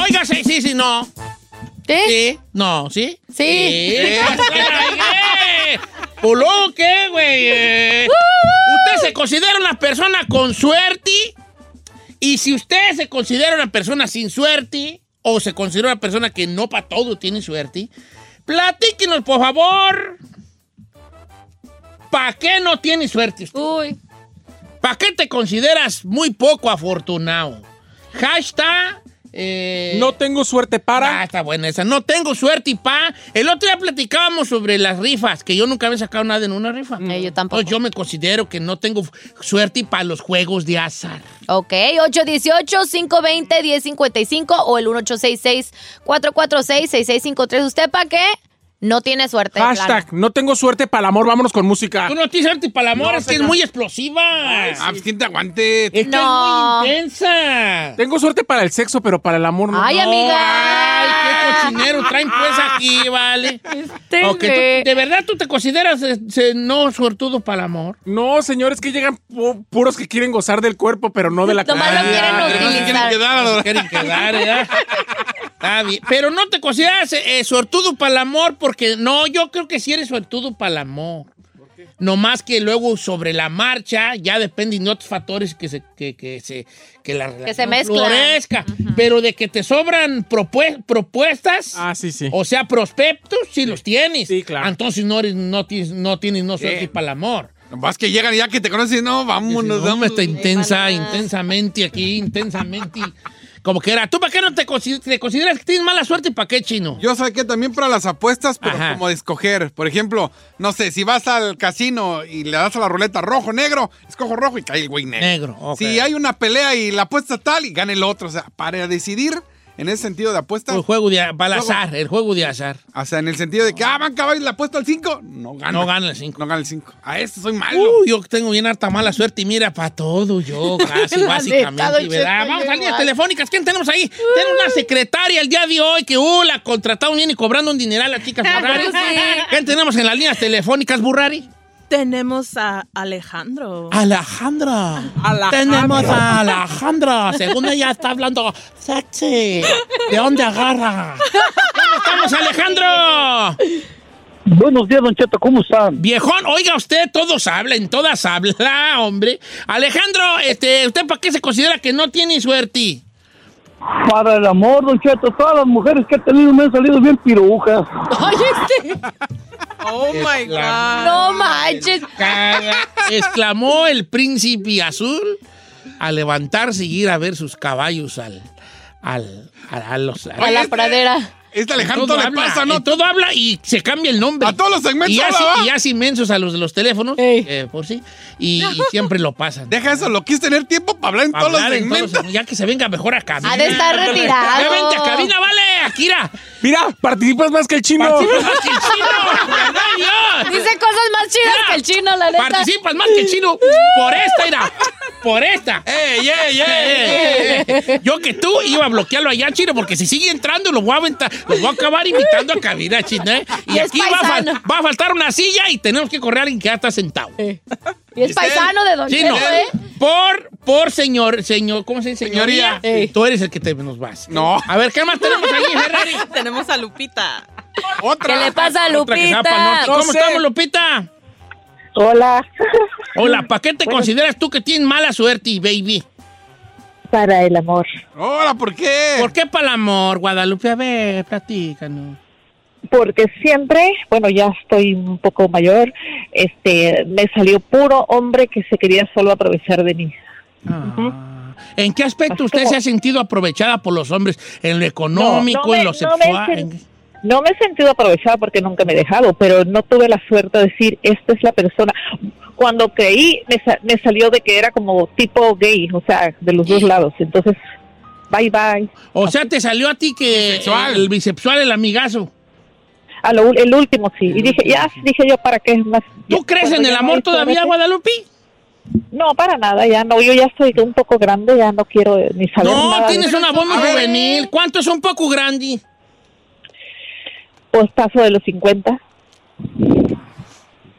Oiga, sí, sí, sí, no. ¿Sí? Sí, no, sí. ¿Eh? Sí. ¡Eh! Pulón, ¿qué, güey? Eh, Usted se considera una persona con suerte. Y si usted se considera una persona sin suerte, o se considera una persona que no para todo tiene suerte, platíquenos, por favor. ¿Para qué no tiene suerte usted? Uy. ¿Para qué te consideras muy poco afortunado? Hashtag. eh, No tengo suerte Ah, para. está buena esa. No tengo suerte y pa. El otro día platicábamos sobre las rifas, que yo nunca había sacado nada en una rifa. Eh, yo tampoco. Entonces yo me considero que no tengo suerte y para los juegos de azar. Ok, 818-520-1055 o el 1866-446-6653. ¿Usted para qué? No tiene suerte. claro. Hashtag, no tengo suerte para el amor, vámonos con Ah. música. Tú no tienes suerte para el amor, es que es muy explosiva. Ah, pues, te aguante. Es que No. es muy intensa. Tengo suerte para el sexo, pero para el amor no. Ay, amiga. Ay, qué cochinero traen pues aquí, vale. Este Ok, tú- ¿De verdad tú te consideras eh, se- no suertudo para el amor? No, señores, que llegan pu- puros que quieren gozar del cuerpo, pero no de la Nomás lo quieren Ah, utilizar. gracias. No quieren quedar, ¿verdad? Está bien. Pero no te consideras eh, suertudo para el amor, porque no, yo creo que sí eres suertudo para el amor. No más que luego sobre la marcha ya dependen de otros factores que se que, que se que la relación se mezclan. florezca. pero de que te sobran propue- propuestas, Ah, sí, sí. o sea, prospectos sí, los tienes. Sí, claro. Entonces no eres no tienes no tienes no suerte para el amor. Vas que llegan y ya que te conocen, no, vámonos, Dice, no, hombre, vámonos. está intensa, Épala. intensamente aquí, intensamente. Como que era. ¿Tú para qué no te, consi- te consideras que tienes mala suerte y para qué, chino? Yo saqué también para las apuestas, pero Ajá. como de escoger. Por ejemplo, no sé, si vas al casino y le das a la ruleta rojo, negro, escojo rojo y cae el güey negro. Negro, ok. Si hay una pelea y la apuesta tal y gana el otro, o sea, para decidir en ese sentido de apuesta, El juego de para el Luego- azar, el juego de azar. o sea, en el sentido de que, ah, van caballos, la apuesta al 5, no gana. No gana el cinco. No gana el 5. A eso soy malo. Uy, yo tengo bien harta mala suerte y mira, para todo yo, casi, La neta, básicamente, don ¿verdad? Cheto, Vamos a yo líneas igual. telefónicas. ¿Quién tenemos ahí? Tenemos una secretaria el día de hoy que, uh, la contrataron bien y cobrando un dineral a chicas Ferrari. Pues sí. ¿Quién tenemos en las líneas telefónicas, Burrari? Tenemos a Alejandro. Ah, Alejandra. Alejandra. Tenemos a Alejandra. Según ella está hablando sexy. ¿De dónde agarra? ¿Cómo estamos, Alejandro? Buenos días, Don Cheto, ¿cómo están? Viejón, oiga usted, todos hablan, todas habla, hombre. Alejandro, este, ¿usted para qué se considera que no tiene suerte? Para el amor, Don Cheto, todas las mujeres que he tenido me han salido bien pirujas. Oye, este. Oh my God. la- No manches. Caga, exclamó el príncipe azul al levantarse y ir a ver sus caballos al. al. a, a los. A la pradera. Este todo Alejandro le habla, pasa, en ¿no? todo habla y se cambia el nombre. A todos los segmentos Y hace, habla, ¿va? y hace inmensos a los de los teléfonos, Ey. eh, por sí, y, y siempre lo pasan. Deja eso, lo quieres tener tiempo para hablar en Pa' todos los hablar en todos segmentos. los- ya que se venga mejor a cabina. Ha de estar retirado. Ya vente a cabina, vale, Akira. Mira, participas más que el chino. Participas más que el chino. ¿verdad, Dios? Dice cosas más chidas que el chino, la neta. Participas más que el chino. Por esta, mira. Por esta. ¡Ey, ey, Eh, eh, eh. Yo que tú iba a bloquearlo allá, chino, porque si sigue entrando lo voy a aventar, lo voy a acabar invitando a cabina, chino. ¿eh? Y Y es aquí va a, fal- paisano. va a faltar una silla y tenemos que correr a alguien que ya está sentado. Y es paisano de Don Chino, Cheto, ¿eh? por, por señor, señor, ¿cómo se dice? Señoría. Señoría. Ey. Tú eres el que te nos vas. No. A ver, ¿qué más tenemos ahí, Ferrari? Tenemos a Lupita. Otra. ¿Qué le pasa a Otra que se va pa'l norte. Lupita? ¿Cómo No sé. estamos, Lupita? Hola. Oh. Hola, ¿para qué te consideras tú que tienes mala suerte, baby? para el amor. Ahora, ¿por qué? ¿Por qué para el amor, Guadalupe? A ver, platícanos. Porque siempre, bueno, ya estoy un poco mayor, este, me salió puro hombre que se quería solo aprovechar de mí. Ah. ¿En qué aspecto usted se ha sentido aprovechada por los hombres? ¿En lo económico, No, no me- en no lo me sexual? sen- ¿En- No me he sentido aprovechada porque nunca me he dejado, pero no tuve la suerte de decir, esta es la persona. Cuando creí, me, sa- me salió de que era como tipo gay, o sea, de los dos lados. Entonces, bye bye. O sea, te salió a ti que Bisexual. el bisexual, el amigazo. A lo, ul- el último, sí. Y dije, ya, dije yo, ¿para qué es más? ¿Tú crees en Cuando el ya amor no hay todavía, suerte- Guadalupe? No, para nada, ya no. Yo ya estoy un poco grande, ya no quiero eh, ni saber nada. No, de tienes eso. una voz muy A ver. juvenil. ¿Cuánto es un poco grande? Pues paso de los 50.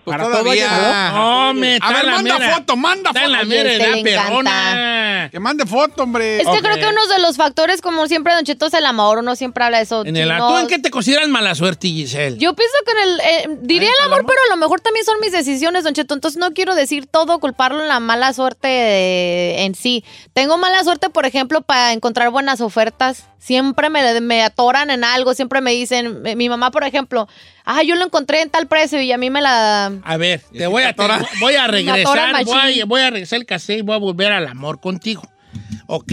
Pues Para todavía. No, me a está ver, la manda mera- foto, manda Está foto. en la Oye, mera este edad le encanta. perrona. Que mande foto, hombre. Es que Ok. creo que uno de los factores, como siempre, Don Cheto, es el amor. Uno siempre habla de eso. En el, no- ¿Tú en qué te consideras mala suerte, Giselle? Yo pienso que en el... eh, diría Ahí está el el amor, amor. pero a lo mejor también son mis decisiones, Don Cheto. Entonces no quiero decir todo, culparlo en la mala suerte de- en sí. Tengo mala suerte, por ejemplo, para encontrar buenas ofertas. Siempre me, me atoran en algo. Siempre me dicen... mi- Mi mamá, por ejemplo, ah, yo lo encontré en tal precio y a mí me la... A ver, te voy a, te atora. vo- voy a atora regresar, machín. voy, a- voy a regresar el casé y voy a volver al amor contigo. Ok.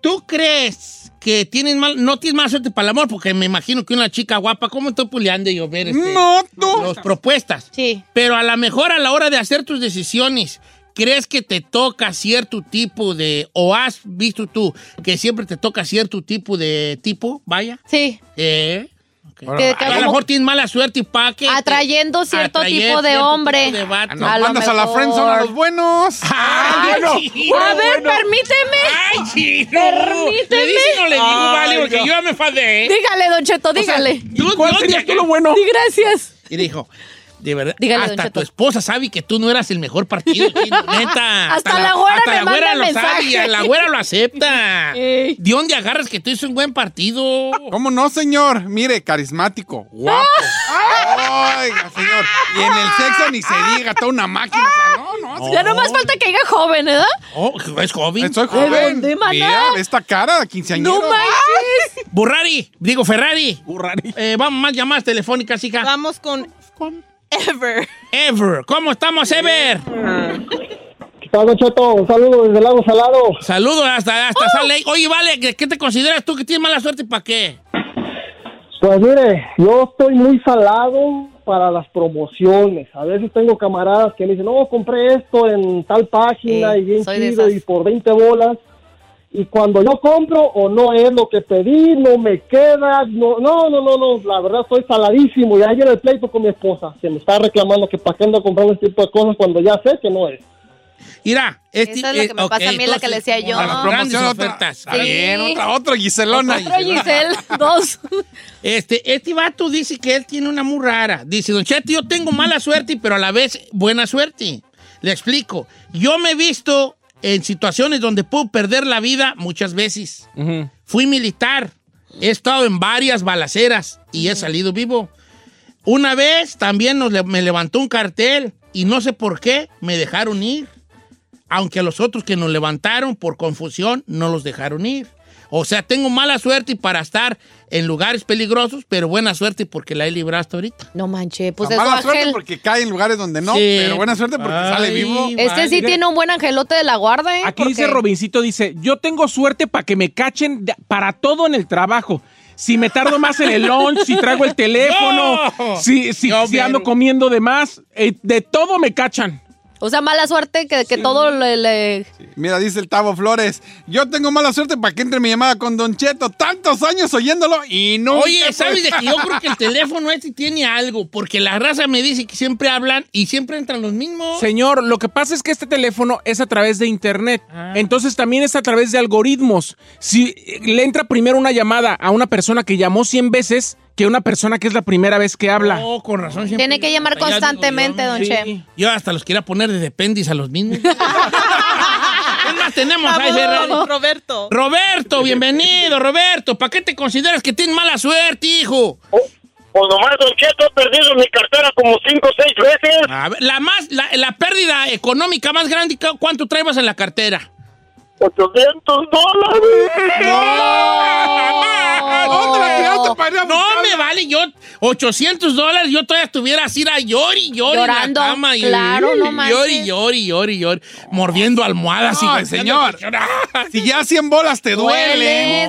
¿Tú crees que tienes mal, no tienes más suerte para el amor? Porque me imagino que una chica guapa, ¿cómo estoy puleando yo ver este, No, tú. las propuestas? Sí. Pero a lo mejor a la hora de hacer tus decisiones, ¿crees que te toca cierto tipo de, o has visto tú que siempre te toca cierto tipo de tipo? Vaya. Sí. Eh, ok. Que- que a lo como- mejor tienes mala suerte y pa' que... Atrayendo cierto atraer tipo de cierto hombre. tipo de vato. Ah, A no, lo mandas a la mejor. friendzone a los buenos. Ah, ¡Ay, chino! a ver, permíteme. ¡Ay, chino! Permíteme. Le dice no le digo, Ay, vale, porque no. yo ya me enfadé. Dígale, Don Cheto, dígale. Yo- ¿Cuál yo sería te- tú lo bueno? Sí, gracias. Y dijo, de verdad, Dígale, don hasta Cheto. tu esposa sabe que tú no eras el mejor partido, chino, neta. Hasta la güera hasta me la güera manda lo sabe, mensaje. y la güera lo acepta. Ey. ¿De dónde agarras que tú hiciste un buen partido? ¿Cómo no, señor? Mire, carismático, guapo. Oiga, señor. Y en el sexo ni se diga, toda una máquina. o sea, no, no. Ya no más falta que diga joven, ¿verdad? Oh, es joven. Soy ¿De joven. dónde, maná? Mira, esta cara de quinceañero. No manches. Burrari, digo Ferrari. Burrari. Eh, vamos, más llamadas telefónicas, hija. Vamos con Ever. Ever, ¿cómo estamos, Ever? ¿Qué tal, Don Cheto? Un saludo desde Lago Salado. Saludos hasta, Uh. hasta sale. Oye, vale, ¿qué qué te consideras tú que tienes mala suerte y para qué? Pues mire, yo estoy muy salado para las promociones. A veces tengo camaradas que me dicen, no, compré esto en tal página Eh, y bien soy de chido esas. y por 20 bolas. Y cuando yo compro o no es lo que pedí, no me queda. No, no, no, no, no, la verdad estoy saladísimo. Y ayer el pleito con mi esposa se me está reclamando que para qué ando comprando este tipo de cosas cuando ya sé que no es. Mira, este, Esa es la que me eh, ok, pasa a mí, la que le decía yo. a las Ah, grandes Promoción otra. ofertas. Está bien, Sí. otra, otra Giselona. Otro Giselle, dos. Este, este vato dice que él tiene una muy rara. Dice, Don Cheto, yo tengo mala suerte, pero a la vez buena suerte. Le explico. Yo me he visto en situaciones donde puedo perder la vida muchas veces. Fui militar. He estado en varias balaceras y he salido vivo. Una vez también nos le- me levantó un cartel y no sé por qué me dejaron ir. Aunque a los otros que nos levantaron por confusión no los dejaron ir. O sea, tengo mala suerte para estar en lugares peligrosos, pero buena suerte porque la he librado hasta ahorita. No manches, pues La es mala su suerte ángel. porque cae en lugares donde no, Sí. pero buena suerte porque sale Ay, vivo. Este sí vale. tiene un buen angelote de la guarda, ¿eh? Aquí dice Porque- Robincito, dice, yo tengo suerte para que me cachen de- para todo en el trabajo. Si me tardo más en el lunch, si traigo el teléfono, ¡No! si, si, Yo si ando mero. comiendo de más, eh, de todo me cachan. O sea, mala suerte que, que todo le, le- Mira, dice el Tavo Flores, yo tengo mala suerte para que entre mi llamada con Don Cheto, tantos años oyéndolo y no... Oye, ¿sabes de que yo creo que el teléfono este tiene algo? Porque la raza me dice que siempre hablan y siempre entran los mismos. Señor, lo que pasa es que este teléfono es a través de internet. Ah. Entonces también es a través de algoritmos. Si eh, le entra primero una llamada a una persona que llamó 100 veces que una persona que es la primera vez que habla. No, Oh, con razón. siempre tiene que digo, llamar ya digo, constantemente, yo, don sí. Che. Yo hasta los quería poner de dependis a los mismos. es más, tenemos ahí, Ferrari. Vamos, Roberto. Roberto, bienvenido, Roberto. ¿Para qué te consideras que tienes mala suerte, hijo? Pues nomás, Don Cheto, he perdido mi cartera como cinco o seis veces. Ah. A ver, la, más, la, la pérdida económica más grande, ¿cu- ¿cuánto traebas en la cartera? 800 dólares. ¿Dónde la Oh. tiraste para ir a No buscarla? me vale, yo 800 dólares, yo todavía estuviera así, a llori, llori Llorando, en la cama. Y, claro, no manches. Llori, llori, llori, llori, mordiendo almohadas. y Ay, golpeando- señor. Si ya 100 bolas te duelen.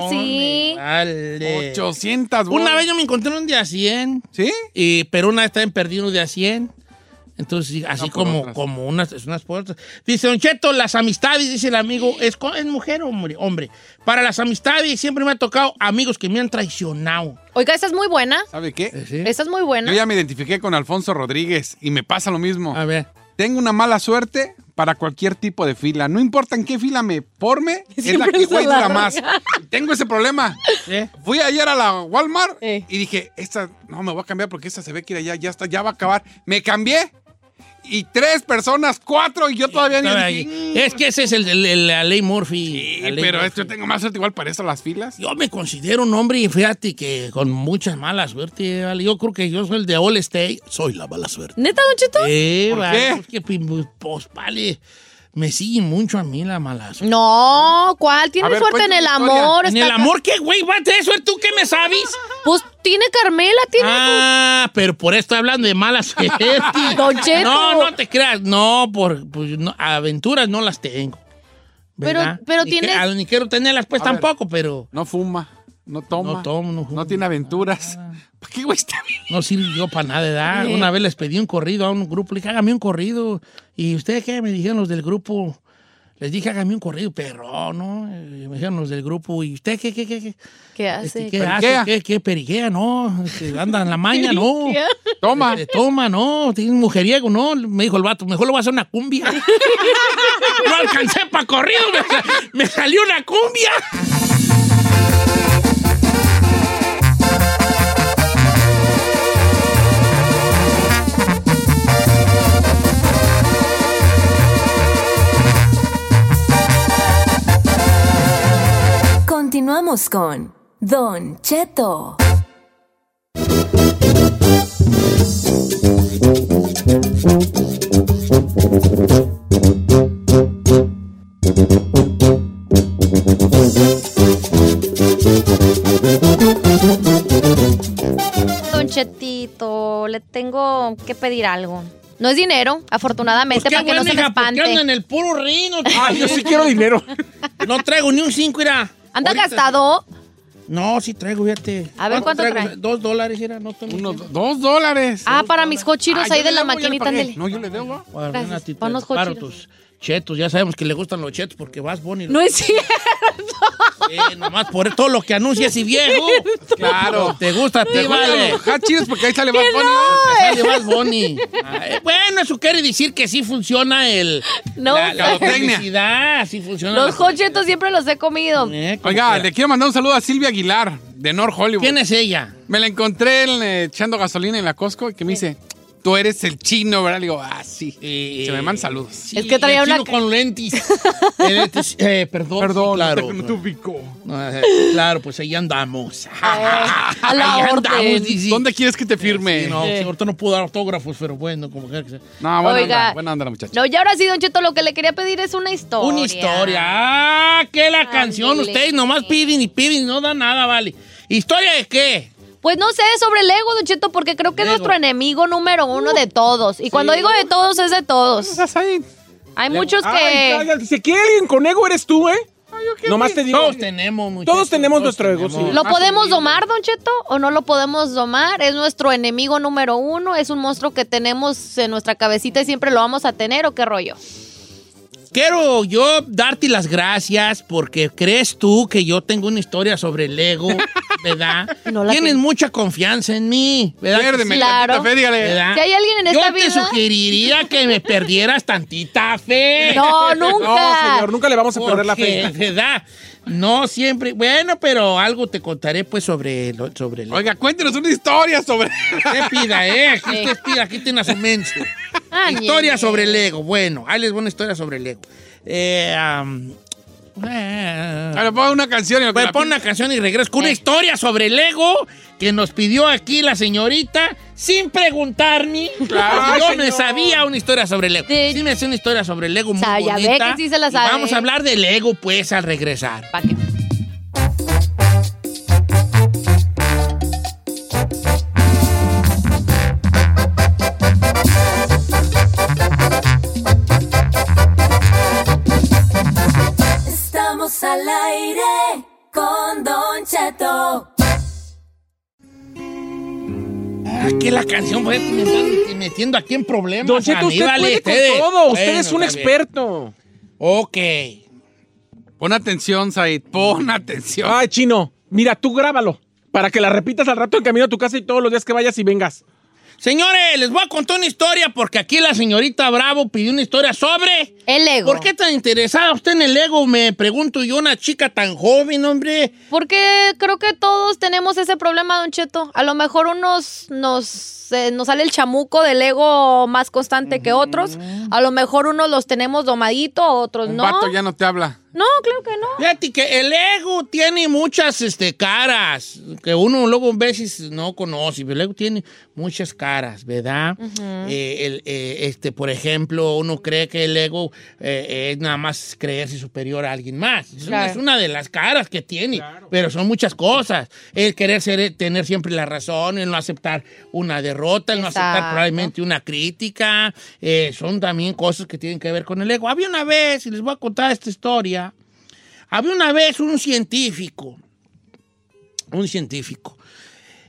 Duele, sí. Vale. 800 bolas. Este, Una vez yo me encontré un día 100, ¿Sí? y, pero una vez también perdí un día 100. Entonces, sí, así No, por como, otras. como unas, unas por otras. Dice Don Cheto, las amistades, dice el amigo, ¿es, co- es mujer o hombre? Hombre, para las amistades siempre me ha tocado amigos que me han traicionado. Oiga, esta es muy buena. ¿Sabe qué? Eh, ¿Sí? Esta es muy buena. Yo ya me identifiqué con Alfonso Rodríguez y me pasa lo mismo. A ver. Tengo una mala suerte para cualquier tipo de fila. No importa en qué fila me forme, es la que güey dura más. Tengo ese problema. ¿sí? Fui ayer a la Walmart Eh. y dije, esta, no, me voy a cambiar porque esta se ve que ya, ya está, ya va a acabar. Me cambié y tres personas, cuatro, y yo todavía ni Estaba dije, ahí. "Mm". Es que ese es el, el- el- la ley Murphy. Sí, La ley pero este Murphy. es- yo tengo más suerte igual para eso las filas. Yo me considero un hombre, y fíjate que con mucha mala suerte, vale. Yo creo que yo soy el de All State. Soy la mala suerte. ¿Neta, Don Cheto? Eh, ¿Por vale, qué? pues que, pues, pues, vale, me sigue mucho a mí la mala suerte. No, ¿cuál? Tiene A ver, suerte en cuéntame el tu historia. amor. En está el ca- amor, ¿qué güey va a tener suerte? ¿Tú qué me sabes? Pues tiene Carmela, tiene. Ah, pero por eso estoy hablando de mala suerte. Don Cheto. No, no te creas. No, por pues, no, aventuras no las tengo. Pero- ¿verdad? pero Ni tienes- que- ah, ni quiero tenerlas pues A ver. tampoco, pero... No fuma, no toma, No tomo, no Ah. fumo. tiene aventuras. ¿Para qué güey está bien? No sirvió para nada, ¿verdad? Eh. Una vez les pedí un corrido a un grupo, le dije, hágame un corrido. ¿Y ustedes qué? Me dijeron los del grupo. Les dije, hágame un corrido, perro, ¿no? Eh, Me dijeron los del grupo. ¿Y usted qué, qué, qué? qué? ¿Qué Este, hace? ¿Qué Periquea. hace? ¿Qué, qué periquea? No, Este, anda en la maña, no. Toma. Este, toma, no, tiene un mujeriego, no. Me dijo el vato, mejor lo voy a hacer una cumbia. no alcancé para corrido, me, sa- me salió una cumbia. Continuamos con Don Cheto. Don Chetito, le tengo que pedir algo. No es dinero, Pues afortunadamente, para que no se me porque ando en espante. el puro rino. Ah, yo sí quiero dinero. No traigo ni un cinco, era. Anda gastado. No, sí traigo, fíjate. A ver, ¿cuánto trae? Dos dólares era, no tengo. Uno, dos dólares. Ah, para mis cochiros Ah, ahí yo de le la debo, yo le maquinita. pagué. ándele. No, yo le debo. Guarda, Gracias. ti- te Pon los preparo cochinos. tus chetos. Ya sabemos que le gustan los chetos porque vas Bonnie. No es cierto. Eh, nomás por todo lo que anuncias y viejo. Claro. Te gusta a ti, vale. Hachiros Ah, porque ahí sale Bad Bunny. Sale Bad Bunny. Ah, eh, Bueno, eso quiere decir que sí funciona el. No, pues. la, la mercadotecnia. publicidad, sí funciona. Los la- hot Chetos siempre los he comido. Eh, como Oiga, quiera. le quiero mandar un saludo a Silvia Aguilar, de North Hollywood. ¿Quién es ella? Me la encontré en, eh, echando gasolina en la Costco y que me dice, tú eres el chino, ¿verdad? Le digo, ah, sí. Eh, Se me mandan saludos. sí, Es que traía el chino una- con lentes. Eh, lentes, eh, perdón. sí, claro. no te- no te ubico. No, eh, Claro, pues ahí andamos. a la ahí orden. andamos, dice. ¿Dónde quieres que te firme? Sí, no, sí, ahorita no puedo dar autógrafos, pero bueno, como quiera que sea. No, buena Oiga. onda, buena onda la muchacha. No, y ahora sí, Don Cheto, lo que le quería pedir es una historia. Una historia. Ah, que la canción. Ustedes nomás piden y piden y no dan nada, vale. ¿Historia de qué? Pues no sé, sobre el ego, Don Cheto, porque creo que El es ego. Uh, nuestro enemigo número uno de todos. Y cuando digo de todos, es de todos. estás ahí? Hay muchos que... Ay, cállate. Si aquí hay alguien con ego eres tú, ¿eh? Nomás te digo. Todos tenemos, muchachos, Todos tenemos nuestro ego, tenemos. sí. ¿Lo Más podemos humilde. domar, Don Cheto? ¿O no lo podemos domar? Es nuestro enemigo número uno, es un monstruo que tenemos en nuestra cabecita y siempre lo vamos a tener, ¿o qué rollo? Quiero yo darte las gracias porque crees tú que yo tengo una historia sobre el ego, ¿verdad? No la Tienes tengo. mucha confianza en mí, ¿verdad? que Piérdeme, sí, Claro. tantita fe, dígale. ¿verdad? Si hay alguien en yo esta te vida- sugeriría que me perdieras tantita fe. No, No, nunca. señor, nunca le vamos a perder la Porque, fe. ¿verdad? No siempre. Bueno, pero algo te contaré pues sobre, lo- sobre el Oiga, cuéntenos una historia sobre... Usted pida, ¿eh? Aquí Sí. usted pida, aquí tiene a su mente. Ah, historia ñe, ñe. sobre el ego. Bueno, ahí les voy una historia sobre el ego. Eh, am, Ah, Ahora pon una canción y pues, pon una canción y regreso con una Eh. historia sobre el ego que nos pidió aquí la señorita sin preguntarme. Claro, yo señor. me sabía una historia sobre el ego. De- Sí me hacía una historia sobre el ego muy Sa- ya ve bonita. que sí se la Y sabe. Vamos a hablar del ego pues al regresar. Estamos al aire con Don Cheto. Ah, que la canción fue me están metiendo aquí en problemas. Don Cheto, usted puede con todo. Usted es un experto. Ok. Pon atención, Said. Pon atención. Ay, chino, mira, tú grábalo para que la repitas al rato en camino a tu casa y todos los días que vayas y vengas. Señores, les voy a contar una historia porque aquí la señorita Bravo pidió una historia sobre... El ego. ¿Por qué tan interesada usted en el ego? Me pregunto yo, una chica tan joven, hombre. Porque creo que todos tenemos ese problema, Don Cheto. A lo mejor unos nos, eh, nos sale el chamuco del ego más constante que otros. A lo mejor unos los tenemos domadito, otros Un no. vato ya no te habla. No, claro que no. Fíjate que el ego tiene muchas este, caras, que uno luego a veces no conoce, pero el ego tiene muchas caras, ¿verdad? Eh, el, eh, este, por ejemplo, uno cree que el ego eh, es nada más creerse superior a alguien más. Es, una, Claro. es una de las caras que tiene, pero son muchas cosas. El querer ser- tener siempre la razón, el no aceptar una derrota, el no aceptar Exacto. probablemente una crítica, eh, son también cosas que tienen que ver con el ego. Había una vez, y les voy a contar esta historia. Había una vez un científico, un científico,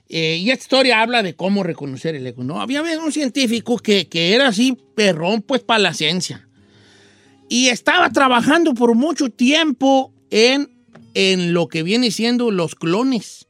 eh, y esta historia habla de cómo reconocer el ego, ¿no? Había vez un científico que, que era así perrón pues para la ciencia y estaba trabajando por mucho tiempo en, en lo que viene siendo los clones,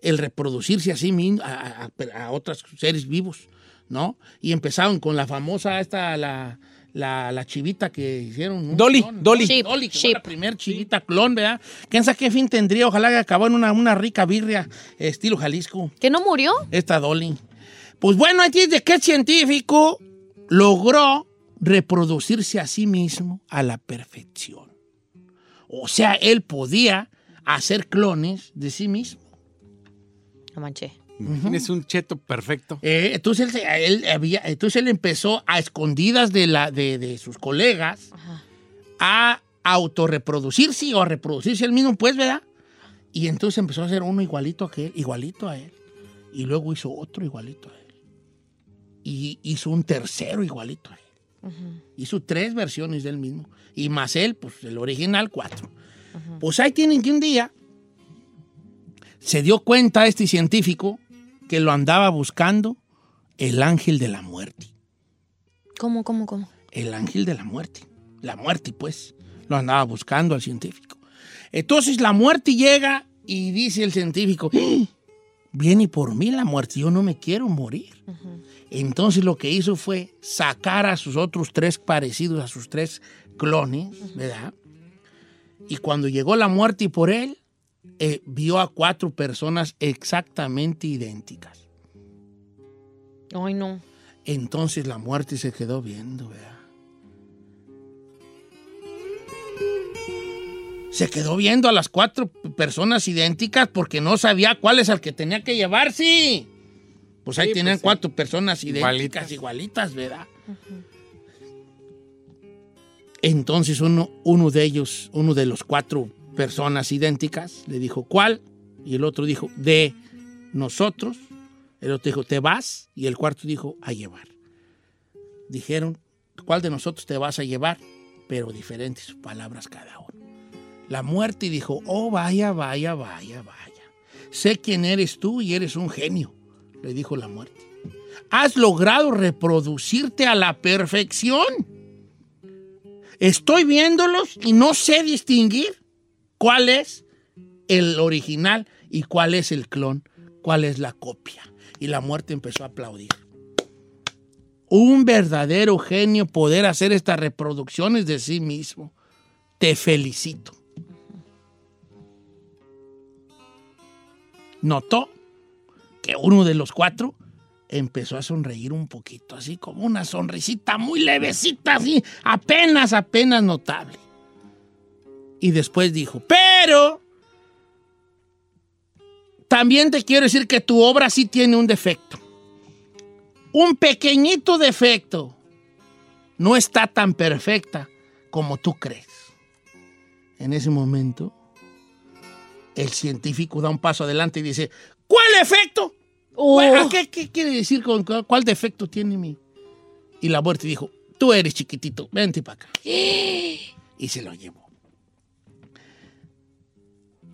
el reproducirse a sí mismo, a, a- a otros seres vivos, ¿no? Y empezaron con la famosa esta, la... la- la chivita que hicieron. un Dolly, clon, ¿no? Dolly. Sheep, Dolly, que fue sheep. la primer chivita clon, ¿verdad? ¿Quién sabe qué fin tendría? Ojalá que acabó en una, una rica birria eh, estilo Jalisco, ¿Que no murió? esta Dolly. Pues bueno, aquí es de qué científico logró reproducirse a sí mismo a la perfección. O sea, él podía hacer clones de sí mismo. No manché. Tienes un cheto perfecto. Eh, entonces, él, se- él había- entonces él empezó a escondidas de, la, de, de sus colegas a autorreproducirse o a reproducirse él mismo, pues, ¿verdad? Y entonces empezó a hacer uno igualito a él, igualito a él. Y luego hizo otro igualito a él. Y hizo un tercero igualito a él. Hizo tres versiones del mismo. Y más él, pues el original, cuatro. Pues ahí tienen que un día se dio cuenta este científico que lo andaba buscando el ángel de la muerte. ¿Cómo, cómo, cómo? El ángel de la muerte. La muerte, pues. Lo andaba buscando al científico. Entonces la muerte llega y dice el científico, "¡Ah! viene por mí la muerte, yo no me quiero morir. Entonces lo que hizo fue sacar a sus otros tres parecidos, a sus tres clones, ¿verdad? Y cuando llegó la muerte y por él, eh, vio a cuatro personas exactamente idénticas. Ay, no. Entonces la muerte se quedó viendo, vea. Se quedó viendo a las cuatro p- personas idénticas porque no sabía cuál es el que tenía que llevar, sí. Pues ahí Sí, tenían pues sí. cuatro personas idénticas, Igualitas. igualitas, ¿verdad? Entonces uno, uno de ellos, uno de los cuatro personas idénticas, le dijo, ¿cuál? Y el otro dijo, de nosotros. El otro dijo, te vas. Y el cuarto dijo, a llevar. Dijeron, ¿cuál de nosotros te vas a llevar? Pero diferentes sus palabras cada uno. La muerte dijo, oh, vaya, vaya, vaya, vaya. Sé quién eres tú y eres un genio, le dijo la muerte. Has logrado reproducirte a la perfección. Estoy viéndolos y no sé distinguir cuál es el original y cuál es el clon, cuál es la copia. Y la muerte empezó a aplaudir. Un verdadero genio poder hacer estas reproducciones de sí mismo. Te felicito. Notó que uno de los cuatro empezó a sonreír un poquito, así como una sonrisita muy levecita, así apenas, apenas notable. Y después dijo, pero también te quiero decir que tu obra sí tiene un defecto. Un pequeñito defecto. No está tan perfecta como tú crees. En ese momento, el científico da un paso adelante y dice, ¿cuál efecto? ¿Cuál- Oh. Uh. a qué, qué quiere decir con cuál, cuál defecto tiene mi? Y la muerte dijo, tú eres chiquitito, vente para acá. Y se lo llevó.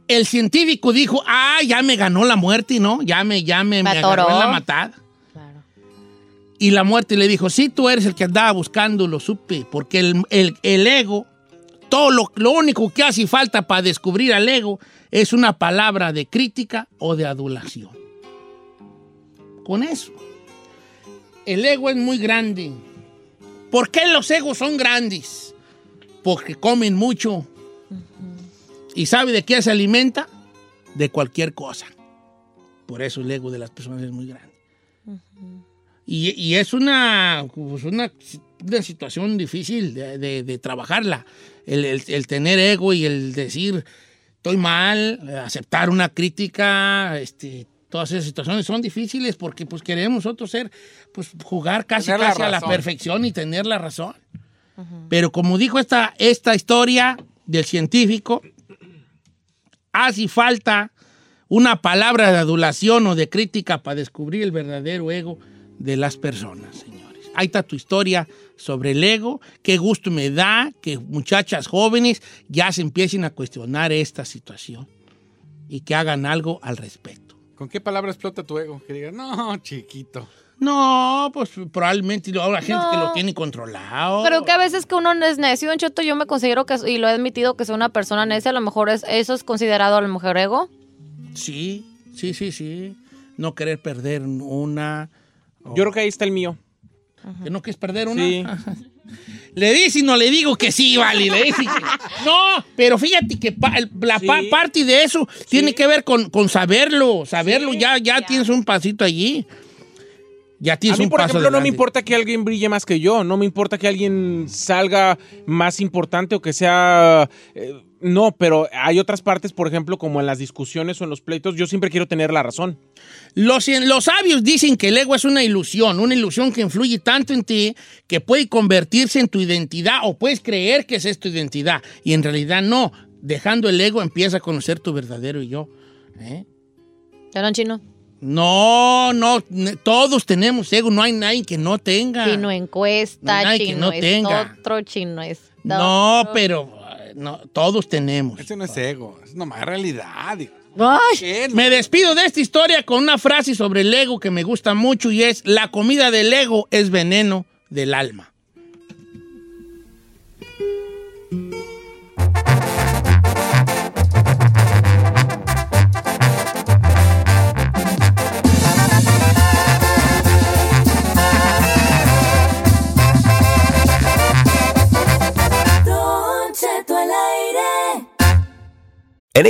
El científico dijo, ah, ya me ganó la muerte, ¿no? Ya me, ya me, Me me agarró atoró. en la matada. Y la muerte le dijo, sí, tú eres el que andaba buscando, lo supe, porque el, el- el ego, todo lo, lo único que hace falta para descubrir al ego es una palabra de crítica o de adulación. Con eso. El ego es muy grande. ¿Por qué los egos son grandes? Porque comen mucho. ¿Y sabe de qué se alimenta? De cualquier cosa. Por eso el ego de las personas es muy grande. Y, y es una, pues, una, una situación difícil de, de- de trabajarla. El, el- el tener ego y el decir estoy mal, eh, aceptar una crítica, este, todas esas situaciones son difíciles porque pues queremos nosotros ser, pues jugar casi, Tener la casi a la razón. perfección y tener la razón. Pero como dijo esta, esta historia del científico, hace falta una palabra de adulación o de crítica para descubrir el verdadero ego de las personas, señores. Ahí está tu historia sobre el ego. Qué gusto me da que muchachas jóvenes ya se empiecen a cuestionar esta situación y que hagan algo al respecto. ¿Con qué palabra explota tu ego? Que digas, no, chiquito. No, pues probablemente habrá gente que lo No. tiene controlado. Creo que a veces que uno no es necio, Don Cheto, yo me considero que, y lo he admitido, que soy una persona necia, a lo mejor es, eso es considerado a lo mejor ego. Sí, sí, sí, sí. No querer perder una. Yo creo que ahí está el mío. ¿Que no quieres perder una? Sí. Le dice y no le digo que sí, vale. Le dice que- No, pero fíjate que pa- el- la pa- Sí. parte de eso tiene que ver con, con saberlo. Saberlo, ya, ya, tienes un pasito allí. Ya A tienes mí, un por paso ejemplo, no me adelante. importa que alguien brille más que yo, no me importa que alguien salga más importante o que sea... eh, no, pero hay otras partes, por ejemplo, como en las discusiones o en los pleitos, yo siempre quiero tener la razón. Los, cien- los sabios dicen que el ego es una ilusión, una ilusión que influye tanto en ti que puede convertirse en tu identidad o puedes creer que esa es tu identidad y en realidad no. Dejando el ego empieza a conocer tu verdadero yo. ¿eh? ¿Ya no, chino? No, no, ne- todos tenemos ego, no hay nadie que no tenga. Chino encuesta, No hay Ah. que chino no es tenga. otro, chino es no, otro. pero eh, no, todos tenemos. Ese Este no es ego, es nomás realidad. digo. ¿Qué? Me despido de esta historia con una frase sobre el ego que me gusta mucho y es, la comida del ego es veneno del alma. Don Cheto al aire. En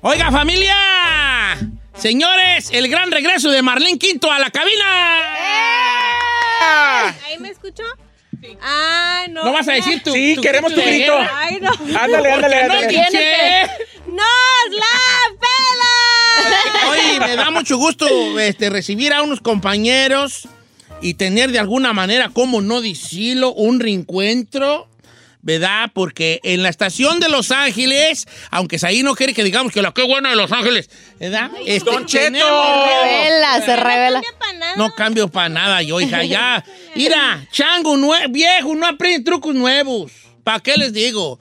Oiga, familia. Señores, el gran regreso de Marlene Quinto a la cabina. ¡Eh! ¿Ahí me escucho? Ah, no. ¿No vas a ya. decir tu- Sí, tu queremos grito tu de grito. guerra? Ay, no. Ándale, ándale, Porque no ándale. tiene que- ¡Nos la pela! Oye, me da mucho gusto este, recibir a unos compañeros y tener de alguna manera, cómo no decirlo, un reencuentro, ¿verdad? Porque en la estación de Los Ángeles, aunque ahí no quiere que digamos que la qué buena de Los Ángeles, ¿verdad? Este, Don Cheto. tenemos- Se revela, se revela. No cambio para nada yo, hija, ya. Mira, chango nue- viejo, no aprende trucos nuevos. ¿Para qué les digo?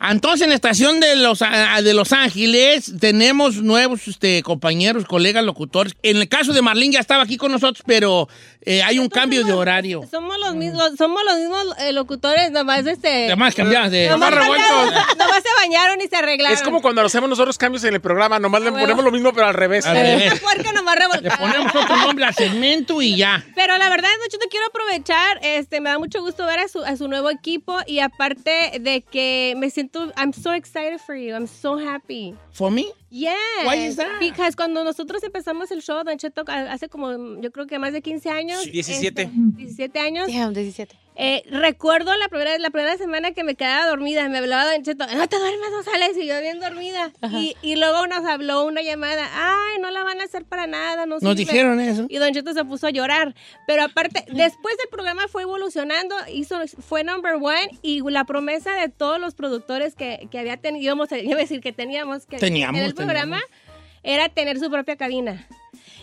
Entonces, en la estación de Los, a- de Los Ángeles tenemos nuevos este, compañeros, colegas, locutores. En el caso de Marlene ya estaba aquí con nosotros, pero eh, hay un cambio de horario. Somos los mismos, somos los mismos eh, locutores, nomás este. Nomás cambiaste de- Nomás, Nomás cambiaron, nomás se bañaron y se arreglaron. Es como cuando hacemos nosotros cambios en el programa, nomás le Ah, huevo. ponemos lo mismo, pero al revés. Al Esta puerca nomás revolcada. Le ponemos otro nombre al segmento y ya. Pero la verdad, Don Cheto, quiero aprovechar, este, me da mucho gusto ver a su, a su nuevo equipo y aparte de que me siento, I'm so excited for you, I'm so happy. ¿For me? Yes. Why is that? Because cuando nosotros empezamos el show, Don Cheto, a- hace como, yo creo que más de 15 años. Sí, 17. este, 17 años. 17. Eh, recuerdo la primera, la primera semana que me quedaba dormida, me hablaba Don Cheto, no te duermas, no sales, y yo bien dormida. Ajá. Y, y luego nos habló una llamada, ay, no la van a hacer para nada, no Nos sirve". dijeron eso. Y Don Cheto se puso a llorar. Pero aparte, después del programa fue evolucionando, hizo, fue number one y la promesa de todos los productores que, que había tenido, íbamos a- iba a decir que teníamos que Teníamos, en el programa teníamos. era tener su propia cabina.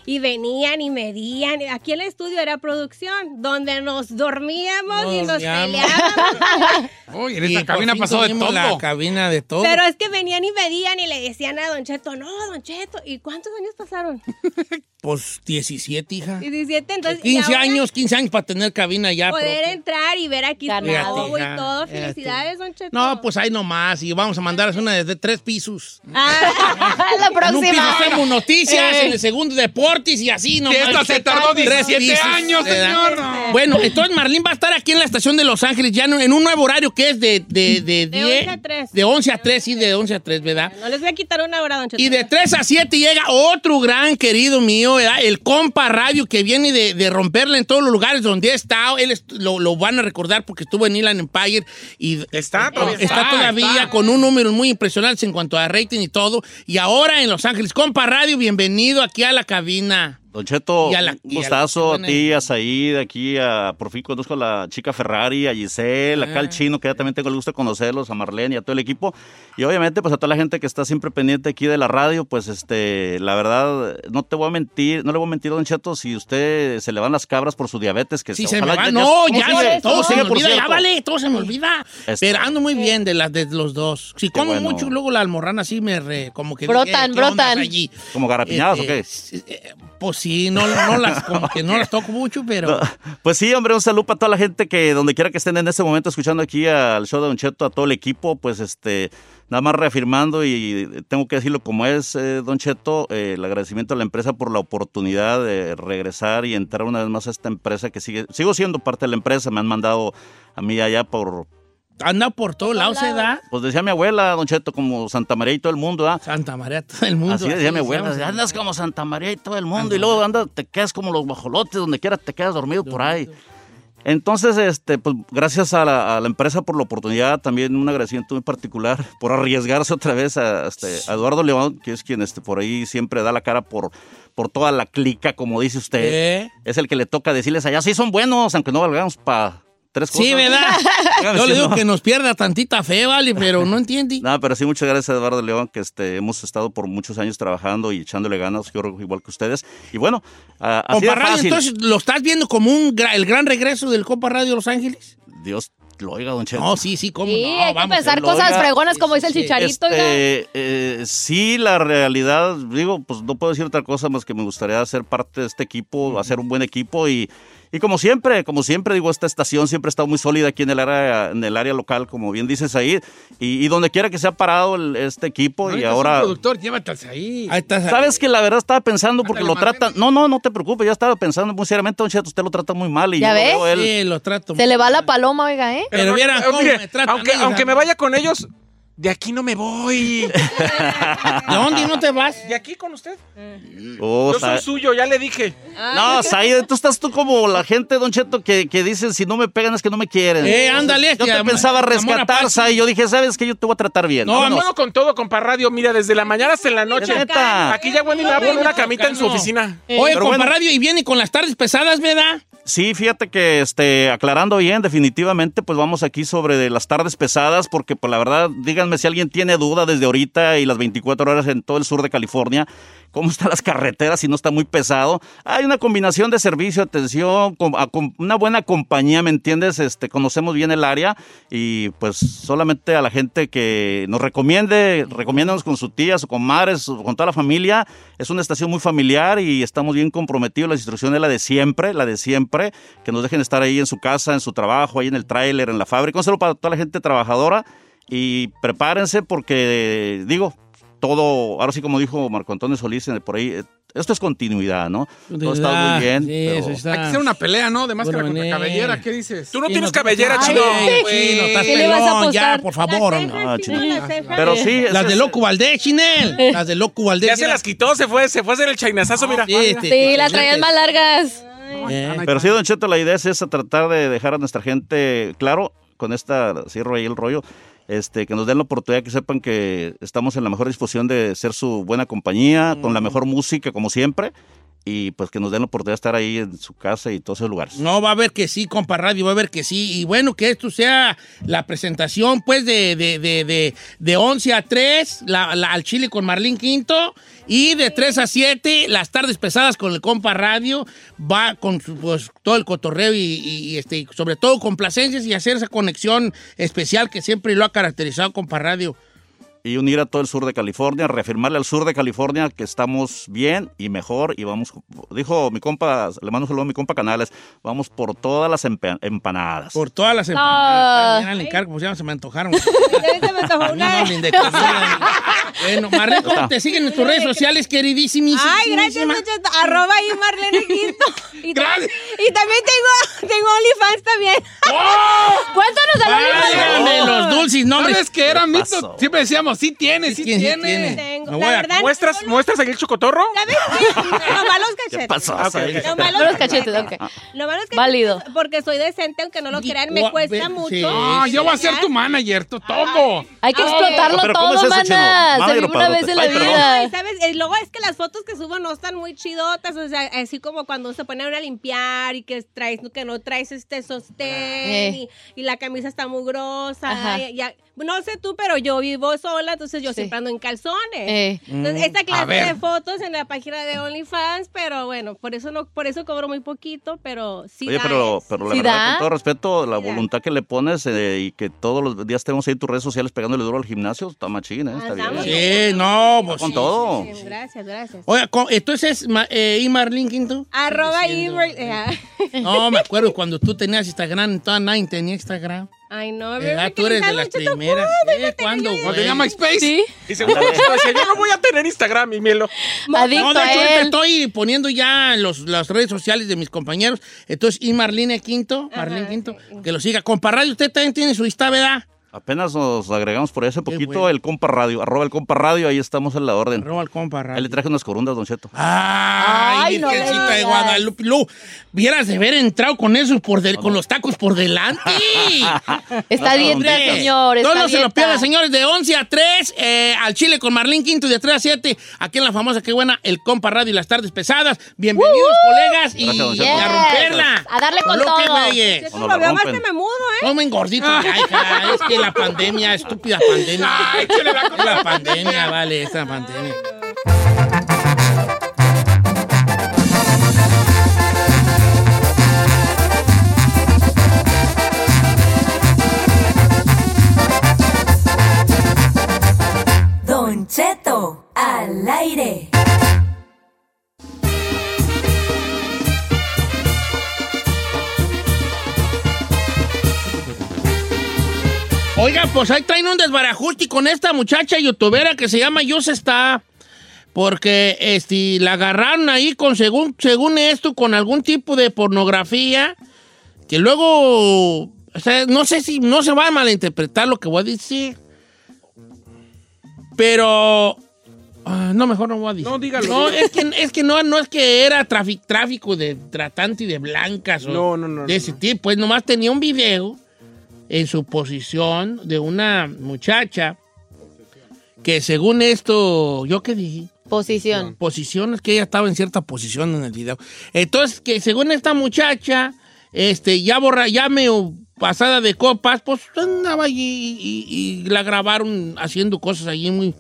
Y venían y medían. Aquí en el estudio era producción, donde nos dormíamos y nos Dormíamos. peleábamos. Uy, Y en esta por cabina fin pasó de tuvimos todo. La cabina de todo. Pero es que venían y medían y le decían a Don Cheto, no, Don Cheto. ¿Y cuántos años pasaron? Pues 17, hija. 17, entonces. Pues, y 15 ahora- años, 15 años para tener cabina ya. poder propia. entrar y ver aquí su Fíjate, logo y hija, todo. fíjate. Felicidades, Don Cheto. No, pues ahí nomás. Y vamos a mandarles una desde tres pisos. la En un piso hacemos noticias, Eh. en el segundo deportes y así nomás. Esto se tardó Tres 17 pisos, años, ¿verdad? señor. No. Bueno, entonces Marlene va a estar aquí en la estación de Los Ángeles ya en un nuevo horario que es de, de, de, 10 11 a 3. De 11 a 3, sí, de 11 a 3, ¿verdad? No les voy a quitar una hora, Don Cheto. Y de 3 a 7 llega otro gran querido mío, ¿verdad? el compa radio que viene de, de romperle en todos los lugares donde ha estado. Él est- lo, lo van a recordar porque estuvo en Ilan Empire y está todavía está está, todavía está. con un número muy impresionante en cuanto a rating y todo. Y ahora en Los Ángeles, compa radio, bienvenido aquí a la cabina. Don Cheto, Y a la- un y a la- gustazo a, ¿qué ti, a Said, aquí a, por fin conozco a la chica Ferrari, a Giselle, acá al chino, que ya también tengo el gusto de conocerlos, a Marlene y a todo el equipo. Y obviamente, pues a toda la gente que está siempre pendiente aquí de la radio, pues este, la verdad, no te voy a mentir, no le voy a mentir, Don Cheto, si usted se le van las cabras por su diabetes, que Si se me Este, ojalá va, no, ¿cómo ya, sigue? todo ¿Cómo se me sigue, por olvida, ya cierto? vale, todo se me olvida. Está. Pero ando muy bien de, las de los dos. Si como bueno. mucho, luego la almorrana así me re- como que... Brotan, ¿qué onda brotan. allí? ¿Como garrapiñadas Este, o qué? Pues sí, no, no las, como que no las toco mucho, pero... Pues sí, hombre, un saludo para toda la gente que donde quiera que estén en este momento escuchando aquí al show de Don Cheto, a todo el equipo, pues este, nada más reafirmando y tengo que decirlo como es, eh, Don Cheto, eh, el agradecimiento a la empresa por la oportunidad de regresar y entrar una vez más a esta empresa que sigue, sigo siendo parte de la empresa, me han mandado a mí allá por... Anda por todos lados, se da. Pues decía mi abuela, Don Cheto, como Santa María y todo el mundo, ¿ah? Santa María, todo el mundo. Así decía así mi abuela, decíamos. andas como Santa María y todo el mundo, y luego andas, te quedas como los bajolotes, donde quiera te quedas dormido por ahí. Entonces, este, pues gracias a la, a la empresa por la oportunidad, también un agradecimiento muy particular por arriesgarse otra vez a, este, a Eduardo León, que es quien este, por ahí siempre da la cara por, por toda la clica, como dice usted. ¿Eh? Es el que le toca decirles allá, sí son buenos, aunque no valgamos para tres cosas. Sí, ¿verdad? Yo le digo que nos pierda tantita fe, vale, pero no entiende. No, pero sí, muchas gracias a Eduardo León, que este, hemos estado por muchos años trabajando y echándole ganas, yo igual que ustedes. Y bueno, ah, así de Compa Radio, fácil. entonces, ¿lo estás viendo como un gra- el gran regreso del Copa Radio Los Ángeles? Dios lo oiga, don Cheto. No, sí, sí, cómo Sí, no, hay que vamos. pensar lo cosas oiga. fregonas, como dice el chicharito. oiga. Este, eh, sí, la realidad, digo, pues no puedo decir otra cosa más que me gustaría ser parte de este equipo, hacer un buen equipo y, y como siempre, como siempre, digo, esta estación siempre ha estado muy sólida aquí en el área, en el área local, como bien dices ahí, y, y donde quiera que se ha parado el- este equipo y Ahorita es un ahora... productor, llévate al ahí. Ahí estás. Sabes que la verdad estaba pensando porque lo tratan. No, no, no te preocupes, ya estaba pensando muy seriamente, don Cheto, usted lo trata muy mal y ¿Ya yo ves? lo veo él. Sí, lo trato. Se le va la paloma, oiga, ¿eh? Pero vieras Eh, cómo mire, me tratan aunque, ellos, aunque ¿eh? me vaya con ellos, de aquí no me voy. ¿De dónde no te vas? ¿De aquí con usted? Oh, Yo sa- soy suyo, ya le dije. No, Said, tú estás tú como la gente, Don Cheto, que, que dicen, si no me pegan es que no me quieren. Eh, ándale, Yo este, te am- pensaba amor rescatar, Apache. Said. Yo dije, ¿sabes qué? Yo te voy a tratar bien. No, Vámonos. bueno con todo, compa radio. Mira, desde la mañana hasta la noche. neta. Aquí ya Wendy me va a poner una camita en su oficina. Eh, Oye, Pero compa bueno. Radio, y viene con las tardes pesadas, ¿verdad? Sí, fíjate que este, aclarando bien, definitivamente, pues vamos aquí sobre de las tardes pesadas, porque pues la verdad, díganme si alguien tiene duda desde ahorita y las 24 horas en todo el sur de California, cómo están las carreteras si no está muy pesado. Hay una combinación de servicio, atención, com- a- com- una buena compañía, ¿me entiendes? Este, conocemos bien el área y pues solamente a la gente que nos recomiende, recomiéndanos con su tía, su comadres, su- con toda la familia. Es una estación muy familiar y estamos bien comprometidos. La instrucción es la de siempre, la de siempre, que nos dejen estar ahí en su casa, en su trabajo, ahí en el tráiler, en la fábrica. Un saludo para toda la gente trabajadora y prepárense porque, digo, todo, ahora sí como dijo Marco Antonio Solís en el- por ahí, eh, esto es continuidad, ¿no? Todo está muy bien. Sí, pero- eso está. Hay que hacer una pelea, ¿no? De máscara Buena manera. contra cabellera, ¿qué dices? Tú no tienes no- cabellera, Ay, chino. güey, güey. chino, estás ¿Qué le vas a pelón, ya, apostar? por favor. Ah, chino. Las cejas. Pero sí, Las es- de es- Loco Valdés, Chinel. Las de Loco Valdés. Ya se mira. las quitó, se fue, se fue a hacer el chainazazo, mira. Sí, este, Sí, este, las traías este, más largas. eh. Pero sí, Don Cheto, la idea es esa, tratar de dejar a nuestra gente claro con esta, cierro ahí el rollo, este, que nos den la oportunidad, que sepan que estamos en la mejor disposición de ser su buena compañía, con la mejor música, como siempre, y pues que nos den la oportunidad de estar ahí en su casa y todos esos lugares. No, va a ver que sí, compa Radio, va a ver que sí. Y bueno, que esto sea la presentación, pues, de, de, de, de, de 11 a 3, la, la- al Chile con Marlín Quinto. Y de 3 a 7, las tardes pesadas con el compa Radio. Va con su- pues, todo el cotorreo y, y- y, este, y sobre todo complacencias y hacer esa conexión especial que siempre lo ha caracterizado compa Radio. Y unir a todo el sur de California, reafirmarle al sur de California que estamos bien y mejor y vamos, dijo mi compa, le mando un saludo a mi compa Canales, vamos por todas las empe- empanadas. Por todas las Ah. empanadas. Mira, le encargo, pues ya se me antojaron. Ya se me antojó una. Ah, No, linda, qué linda. bueno, Marlene, ¿cómo te siguen en tus redes sociales, queridísimis? Ay, gracias, muchachos. muchas. Arroba ahí Marlene Quinto. Y, ta- Gracias. y también tengo, tengo OnlyFans también. Cuéntanos de Ah. la Válgame los dulces nombres. ¿Sabes que era pasó? mito? Siempre decíamos, sí tiene, sí, Sí tiene, sí tiene. tiene. Tengo, Me voy la a- verdad. ¿Muestras, no- muestras aquí el chocotorro? ¿Sabes qué? Nomás los cachetes. ¿Qué pasó? Ah, ok, Said? ok. Nomás Los cachetes, ok. Nomás los cachetes. Válido. Porque soy decente, aunque no lo crean, Gua- me ve- cuesta sí. mucho. No, yo voy a ser tu manager, tú todo. Hay Ah, que explotarlo Pero ¿cómo todo, es eso, chino? mana. Se Madre vive una padrote. vez en la Ay, vida. Ay, ¿sabes? Eh, Luego es que las fotos que subo no están muy chidotas, o sea, así como cuando se ponen a limpiar y que traes, que no traes este sostén Eh. y, y la camisa está mugrosa. Ajá. y- ya- no sé tú, pero yo vivo sola, entonces yo Sí. siempre ando en calzones. Eh. Mm, Entonces, esta A clase ver. de fotos en la página de OnlyFans, pero bueno, por eso no, por eso cobro muy poquito, pero sí. Oye, da, pero, eh, pero la Sí verdad, da. con todo respeto, la Sí da. voluntad que le pones eh, y que todos los días tenemos ahí tus redes sociales pegándole duro al gimnasio, está machín, ¿eh? Está Andamos. bien. Sí, no, pues. Con sí. todo. sí, Gracias, gracias. Oiga, co- entonces, ma- eh, ¿y Marlene Quinto? Arroba Sigue siendo- Ibra- eh, No, me acuerdo cuando tú tenías Instagram, toda nadie tenía Instagram. Ay, no, ¿Verdad? me Eh, ah, Tú eres de recalentan las mucho, ¿te primeras. acuerdas? Eh, Yo tenía- ¿Cuándo, yo- ¿No güey? tenía MySpace? Sí. Y seguro Chino decía, yo no voy a tener Instagram, mi mielo. No, Adicto de a hecho, ahorita él. estoy poniendo ya los, las redes sociales de mis compañeros. Entonces, y Marlene Quinto, Marlene Ajá, Quinto, sí. que lo siga. Compa Radio, usted también tiene su Insta, ¿verdad? Apenas nos agregamos por ese poquito bueno. el compa radio, arroba el compa radio, ahí estamos en la orden. Arroba al compa Ahí le Radio. traje unas corundas, Don Cheto. Ay, Ay, no Virgencita de Guadalupe. Lu, vieras de haber entrado con esos por del- con los tacos por delante. Está bien, dieta, señor, No, está no se lo dieta. pierdan, señores. De 11 a 3, eh, al Chile con Marlín Quinto, de 3 a 7, aquí en la famosa Qué Buena, el Compa Radio y las Tardes Pesadas. Bienvenidos, colegas, y Gracias, don Cheto. a romperla. A darle con Lo que todo. nadie. Cuando lo rompen. ¿eh? No me engordito, ya, hija. Es que la pandemia, estúpida pandemia. la pandemia, vale, esta pandemia. Don Cheto al aire. Oiga, pues ahí traen un desbarajuste con esta muchacha youtubera que se llama Yos está. Porque este, la agarraron ahí con según, según esto, con algún tipo de pornografía. Que luego. o sea, no sé si no se va a malinterpretar lo que voy a decir. Pero. ah, no, mejor no voy a decir. No, dígalo. No, es que, es que no, no es que era trafi- tráfico de tratante y de blancas. o No, no, no, De ese tipo. Pues nomás tenía un video en su posición de una muchacha que según esto, ¿yo qué dije? Posición. Posición, es que ella estaba en cierta posición en el video. Entonces, que según esta muchacha, este, ya borra, ya medio pasada de copas, pues andaba allí y, y- y la grabaron haciendo cosas allí muy,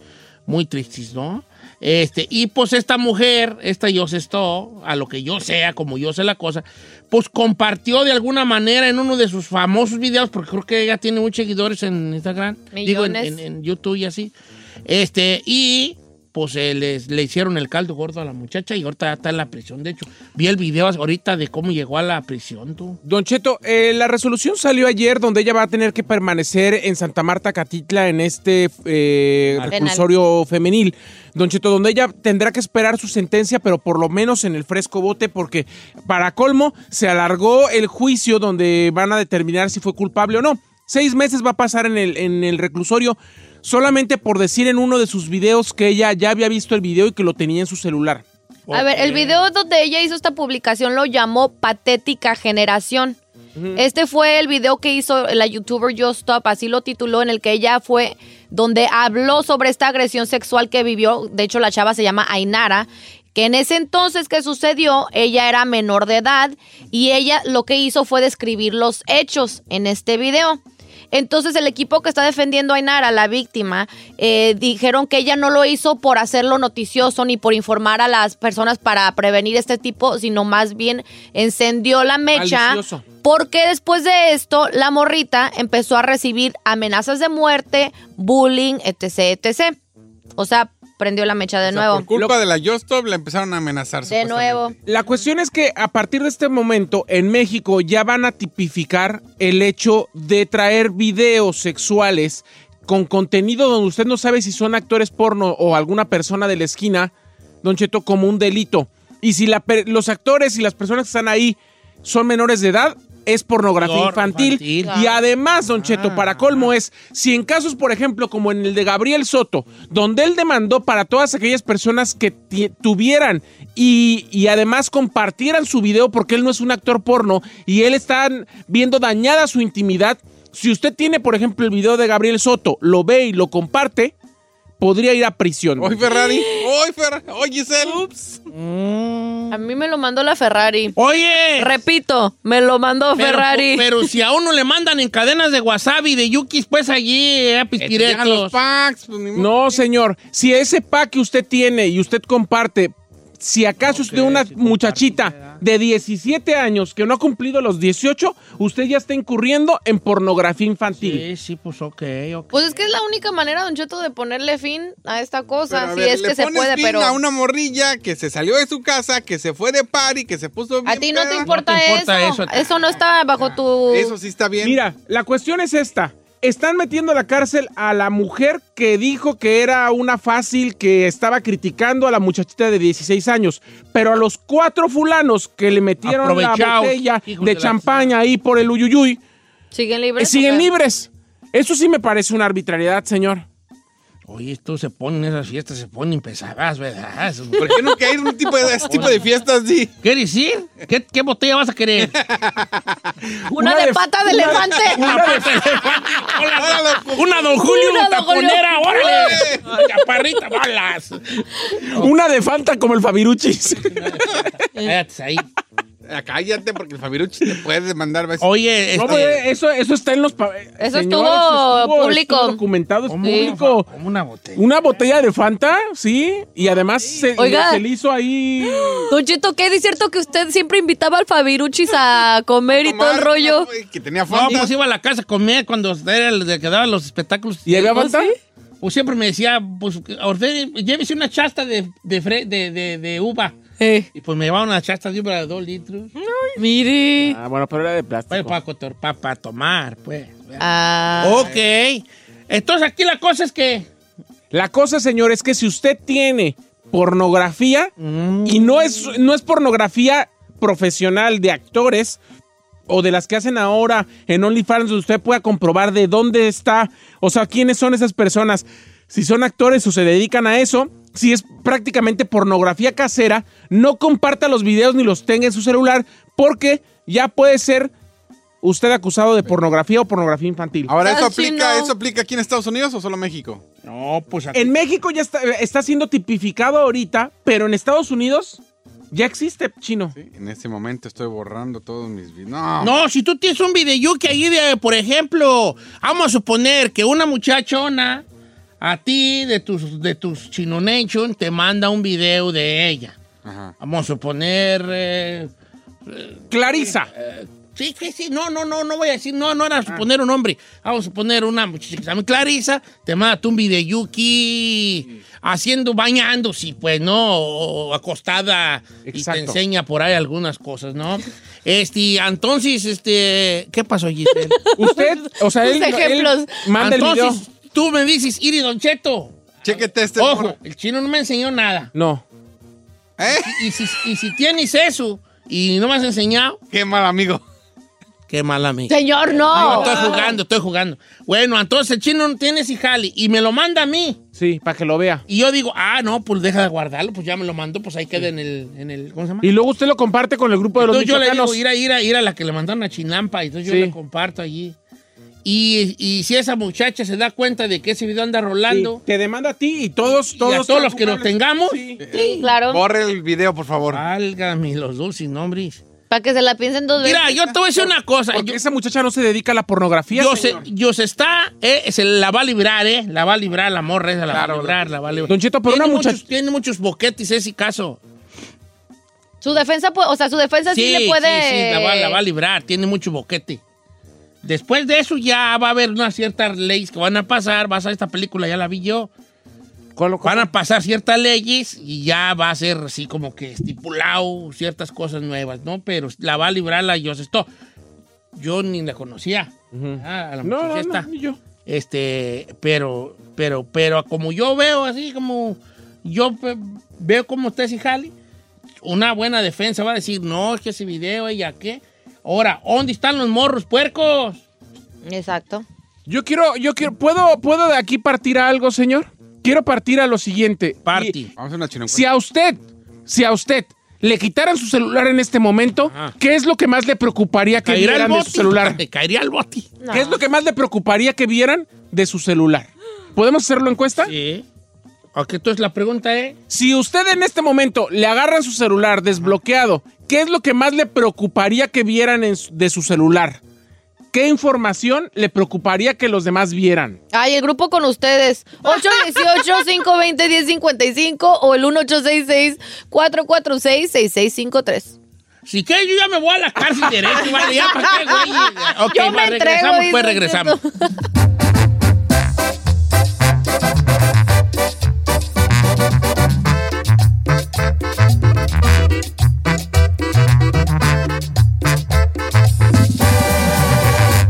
muy tristes, ¿no? Este, y pues esta mujer, esta yo esto, a lo que yo sea, como yo sé la cosa, pues compartió de alguna manera en uno de sus famosos videos, porque creo que ella tiene muchos seguidores en Instagram, digo, en- Millones. en- en YouTube y así. Este, y pues eh, les- le hicieron el caldo gordo a la muchacha y ahorita ya está en la prisión. De hecho, vi el video ahorita de cómo llegó a la prisión, tú. Don Cheto, eh, la resolución salió ayer donde ella va a tener que permanecer en Santa Marta Catitla en este eh, Penal. reclusorio femenil. Don Cheto, donde ella tendrá que esperar su sentencia, pero por lo menos en el fresco bote, porque para colmo se alargó el juicio donde van a determinar si fue culpable o no. Seis meses va a pasar en el, en el reclusorio solamente por decir en uno de sus videos que ella ya había visto el video y que lo tenía en su celular. A ver, el video donde ella hizo esta publicación lo llamó Patética Generación. Este fue el video que hizo la youtuber Yo Stop, así lo tituló, en el que ella fue donde habló sobre esta agresión sexual que vivió. De hecho, la chava se llama Ainara. Que en ese entonces que sucedió, ella era menor de edad y ella lo que hizo fue describir los hechos en este video. Entonces el equipo que está defendiendo a Ainara, la víctima, eh, dijeron que ella no lo hizo por hacerlo noticioso ni por informar a las personas para prevenir este tipo, sino más bien encendió la mecha. Malicioso. Porque después de esto, la morrita empezó a recibir amenazas de muerte, bullying, etc, etc. O sea, prendió la mecha de O sea, nuevo. Por culpa de la Yostop la empezaron a amenazar. de supuestamente. nuevo. La cuestión es que a partir de este momento en México ya van a tipificar el hecho de traer videos sexuales con contenido donde usted no sabe si son actores porno o alguna persona de la esquina, Don Cheto, como un delito. Y si la per- los actores y las personas que están ahí son menores de edad, es pornografía Porno infantil. infantil. Y además, Don Cheto, para colmo es, si en casos, por ejemplo, como en el de Gabriel Soto, donde él demandó para todas aquellas personas que ti- tuvieran y, y además compartieran su video porque él no es un actor porno y él está viendo dañada su intimidad, si usted tiene, por ejemplo, el video de Gabriel Soto, lo ve y lo comparte, podría ir a prisión. Hoy Ferrari. Hoy Ferrari. Hoy Giselle. A mí me lo mandó la Ferrari. Oye, Repito, me lo mandó pero, Ferrari. pero si a uno le mandan en cadenas de wasabi de yukis, pues allí, eh, Llegan los Este, pispiretos. packs. Pues, ni modo. No, señor. Si ese pack que usted tiene y usted comparte, si acaso usted es de una muchachita de 17 años que no ha cumplido los 18, usted ya está incurriendo en pornografía infantil. Sí, sí, pues ok, ok. Pues es que es la única manera, Don Cheto, de ponerle fin a esta Pero, cosa. a si ver, es le que se pones puede, fin pero. a una morrilla que se salió de su casa, que se fue de party, que se puso A bien ti no te peda. importa, importa eso. eso. Eso no está bajo tu. Eso sí está bien. Mira, la cuestión es esta. Están metiendo a la cárcel a la mujer que dijo que era una fácil, que estaba criticando a la muchachita de 16 años. Pero a los cuatro fulanos que le metieron la Aprovechaos, botella hijos de de la champaña ahí por el uyuyuy, ¿Siguen libres? Eh, siguen o qué? libres. Eso sí me parece una arbitrariedad, señor. Oye, tú se ponen esas fiestas, se ponen pesadas, ¿verdad? ¿Por qué nunca hay un tipo de, ese tipo de fiestas así? ¿Qué decir? ¿Qué, qué botella vas a querer? Una, de, pata de elefante. Una pata de elefante. Hola, don- Una don Julio, Una una Don Julio. taconera, órale. Chaparrita, balas. Una de Fanta como el Fabiruchis. Cállate ahí. Ah, Cállate porque el Fabiruchi te puede mandar veces. Oye, No, este- pues, eso, eso está en los... pa- Eso Señor, estuvo eso estuvo- público. estuvo documentado, es ¿Cómo? público. Como una botella. Una botella de Fanta, sí, y además se, Oiga. se le hizo ahí... Don Cheto, ¿qué es cierto que usted siempre invitaba al Fabiruchis a comer y todo el Tomar, rollo? güey, Que tenía No, fama. pues iba a la casa a comer cuando era el de que daba los espectáculos. ¿Y había Fanta? Pues siempre me decía, pues, ordene, llévese una chasta de, de, fre- de, de, de uva. Eh, Y pues me llevaba una chasta de uva de dos litros. mire. Ah, bueno, pero era de plástico. Pues para, cotor- pa- pa tomar, pues. Ah. Ok. Entonces aquí la cosa es que... La cosa, señor, es que si usted tiene pornografía, y no es, no es pornografía profesional de actores o de las que hacen ahora en OnlyFans, donde usted pueda comprobar de dónde está, o sea, quiénes son esas personas. Si son actores o se dedican a eso, si es prácticamente pornografía casera, no comparta los videos ni los tenga en su celular porque ya puede ser usted acusado de pornografía o pornografía infantil. Ahora, ¿eso Ah, sí, aplica, no. ¿eso aplica aquí en Estados Unidos o solo México? No, pues aquí... En México ya está, está siendo tipificado ahorita, pero en Estados Unidos ya existe chino. Sí, en este momento estoy borrando todos mis videos. No. No, si tú tienes un video que ahí de, por ejemplo, vamos a suponer que una muchachona a ti de tus de tus Chino Nation te manda un video de ella. Ajá. Vamos a suponer eh, Clarisa. Ah. Sí, sí, sí, no, no, no, no voy a decir, no, no era suponer un hombre. Vamos a suponer una muchacha que se llama Clarisa, te manda tú un videoyuki haciendo, bañándose, pues, ¿no? O, o acostada y te Exacto. enseña por ahí algunas cosas, ¿no? Este, entonces, este, ¿qué pasó, Giselle? Usted, o sea, Sus él, él ejemplos. manda el entonces, video. tú me dices, Iri Don Cheto, Chéquete este. ojo, morro. el chino no me enseñó nada. No. ¿Eh? Y si, y si tienes eso y no me has enseñado, Qué mal amigo. qué mala mía. Señor, No, no. estoy jugando, estoy jugando. Bueno, entonces el chino no tiene ese jale y me lo manda a mí. Sí, para que lo vea. Y yo digo, ah, no, pues deja de guardarlo, pues ya me lo mando, pues ahí queda en el, en el, ¿cómo se llama? Y luego usted lo comparte con el grupo de los Entonces yo le digo, michoacanos. ir a, ir a, ir a la que le mandaron a Chinampa, y entonces Sí. yo le comparto allí. Y, y si esa muchacha se da cuenta de que ese video anda Sí, rolando, te demanda a ti y todos, y todos. a todos los que lo culpables. tengamos, Claro. Borre el video, por favor. Ah. válgame los dulces nombres. Para que se la piensen dos veces. Mira, yo te voy a decir una cosa. Porque Yo- esa muchacha no se dedica a la pornografía. Yo se, señor. yo se está, eh, se la va a librar, eh, la va a librar la morra esa, la va Claro, a librar, la va a librar. Don Cheto, pero tiene una muchacha- muchos, tiene muchos boquetes ese caso. Su defensa, pu- o sea, su defensa sí, le puede. sí, sí, la va, la va a librar, tiene mucho boquete. Después de eso ya va a haber unas ciertas leyes que van a pasar, vas a esta película, ya la vi yo. Van a pasar ciertas leyes y ya va a ser así como que estipulado ciertas cosas nuevas, ¿no? Pero la va a librar la yo esto. Yo ni la conocía. Ah, a la No, muchacha no, esta. no, ni yo. Este, pero, pero, pero como yo veo así, como yo pe- veo como usted si jale, una buena defensa va a decir, no, es que ese video, ella qué. Ahora, ¿dónde están los morros puercos? Exacto. Yo quiero, yo quiero, ¿puedo, ¿puedo de aquí partir a algo, señor? Quiero partir a lo siguiente. Party. Y- Vamos a hacer una chino. si a usted, si a usted le quitaran su celular en este momento, Ajá. ¿qué es lo que más le preocuparía que Caerá el vieran de bote. su celular? Caería el bote. No. ¿Qué es lo que más le preocuparía que vieran de su celular? ¿Podemos hacerlo encuesta? Sí. Ok, entonces la pregunta es, Si usted en este momento le agarran su celular desbloqueado, ¿qué es lo que más le preocuparía que vieran en su- de su celular? ¿Qué información le preocuparía que los demás vieran? Ay, el grupo con ustedes. 818-520-1055 o el 1866-446-6653. si que yo ya me voy a la cárcel derecho, vale, ya para qué, güey. Ok, Yo va, me entrego, regresamos, dice pues Don regresamos. Cheto.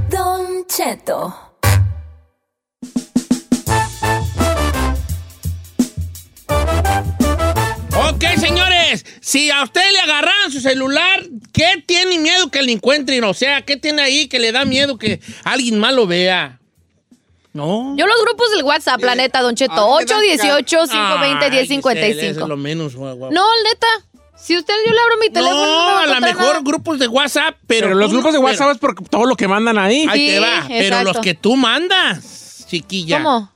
Don Cheto. Ok, señores, si a usted le agarraran su celular, ¿qué tiene miedo que le encuentren? O sea, ¿qué tiene ahí que le da miedo que alguien más lo vea? No. Yo los grupos del WhatsApp, Eh, la neta, Don Cheto. 818-520-1055. Es lo menos, guau, guau. No, neta. Si usted yo le abro mi teléfono. No, me va a lo encontrar mejor nada. grupos de WhatsApp, pero. Pero, los tú grupos de no- WhatsApp es por todo lo que mandan ahí. Ahí te va. Pero exacto. los que tú mandas, chiquilla. ¿Cómo?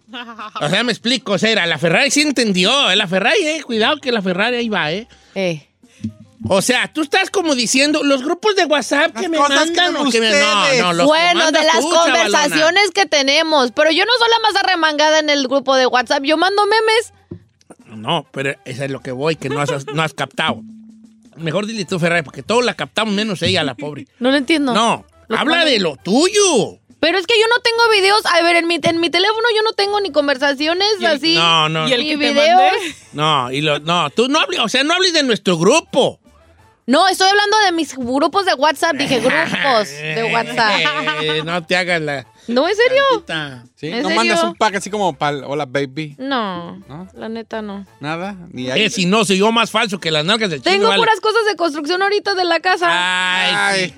O sea, me explico. O sea, era la Ferrari sí entendió. eh, La Ferrari, eh. Cuidado que la Ferrari ahí va, eh. Eh. O sea, tú estás como diciendo, los grupos de WhatsApp que me cosas que mandan o que me... ustedes. No, no, los que bueno, mandas de las tú, chavalona. conversaciones que tenemos. Pero yo no soy la más arremangada en el grupo de WhatsApp. Yo mando memes. No, pero eso es lo que voy, que no has, no has captado. Mejor dile tú, Ferrari, porque todos la captamos, menos ella, la pobre. No lo entiendo. No, Lo habla mando. de lo tuyo. Pero es que yo no tengo videos. A ver, en mi, en mi teléfono yo no tengo ni conversaciones así. No, no, ni videos. no, y lo- no, tú no hables, o sea, no hables de nuestro grupo. No, estoy hablando de mis grupos de WhatsApp. Dije grupos de WhatsApp. Eh, no te hagas la... ¿No, en serio? Ta. Sí, ¿En no mandas serio? un pack así como para hola baby, No, ¿No? la neta no. nada, ni ahí. Eh, si no, soy yo más falso que las nalgas del Tengo chino, vale. puras cosas de construcción ahorita de la casa. Ah. Ay,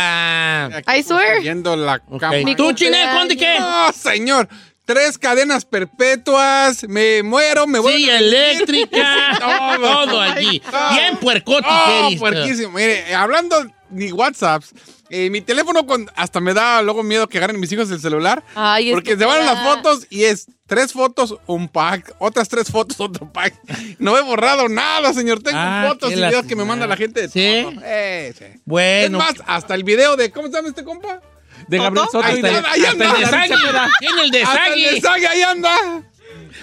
chiquita. Aquí I swear. construyendo la cama. Ok. ¿Tú, Chinel, Conde, qué? No, señor. Tres cadenas perpetuas. Me muero, me voy. Sí, eléctrica, todo allí. Bien puercote, Oh, Jerry. puerquísimo. Mire, eh, hablando ni WhatsApps, eh, mi teléfono con- hasta me da luego miedo que agarren mis hijos el celular. Ay, es porque que se van da- las fotos y es tres fotos, un pack, otras tres fotos, otro pack. No he borrado nada, señor. Tengo Ah, fotos qué y videos lástima. que me manda la gente. de ¿Sí? todo. Eh, sí. Bueno. Es más, hasta el video de. ¿Cómo se llama este compa? De Ah, Gabriel Soto. Ahí y de- anda, ahí hasta anda. el de Desagui. Sánchez. Tiene el Hasta el desagui. desagüe, ahí anda.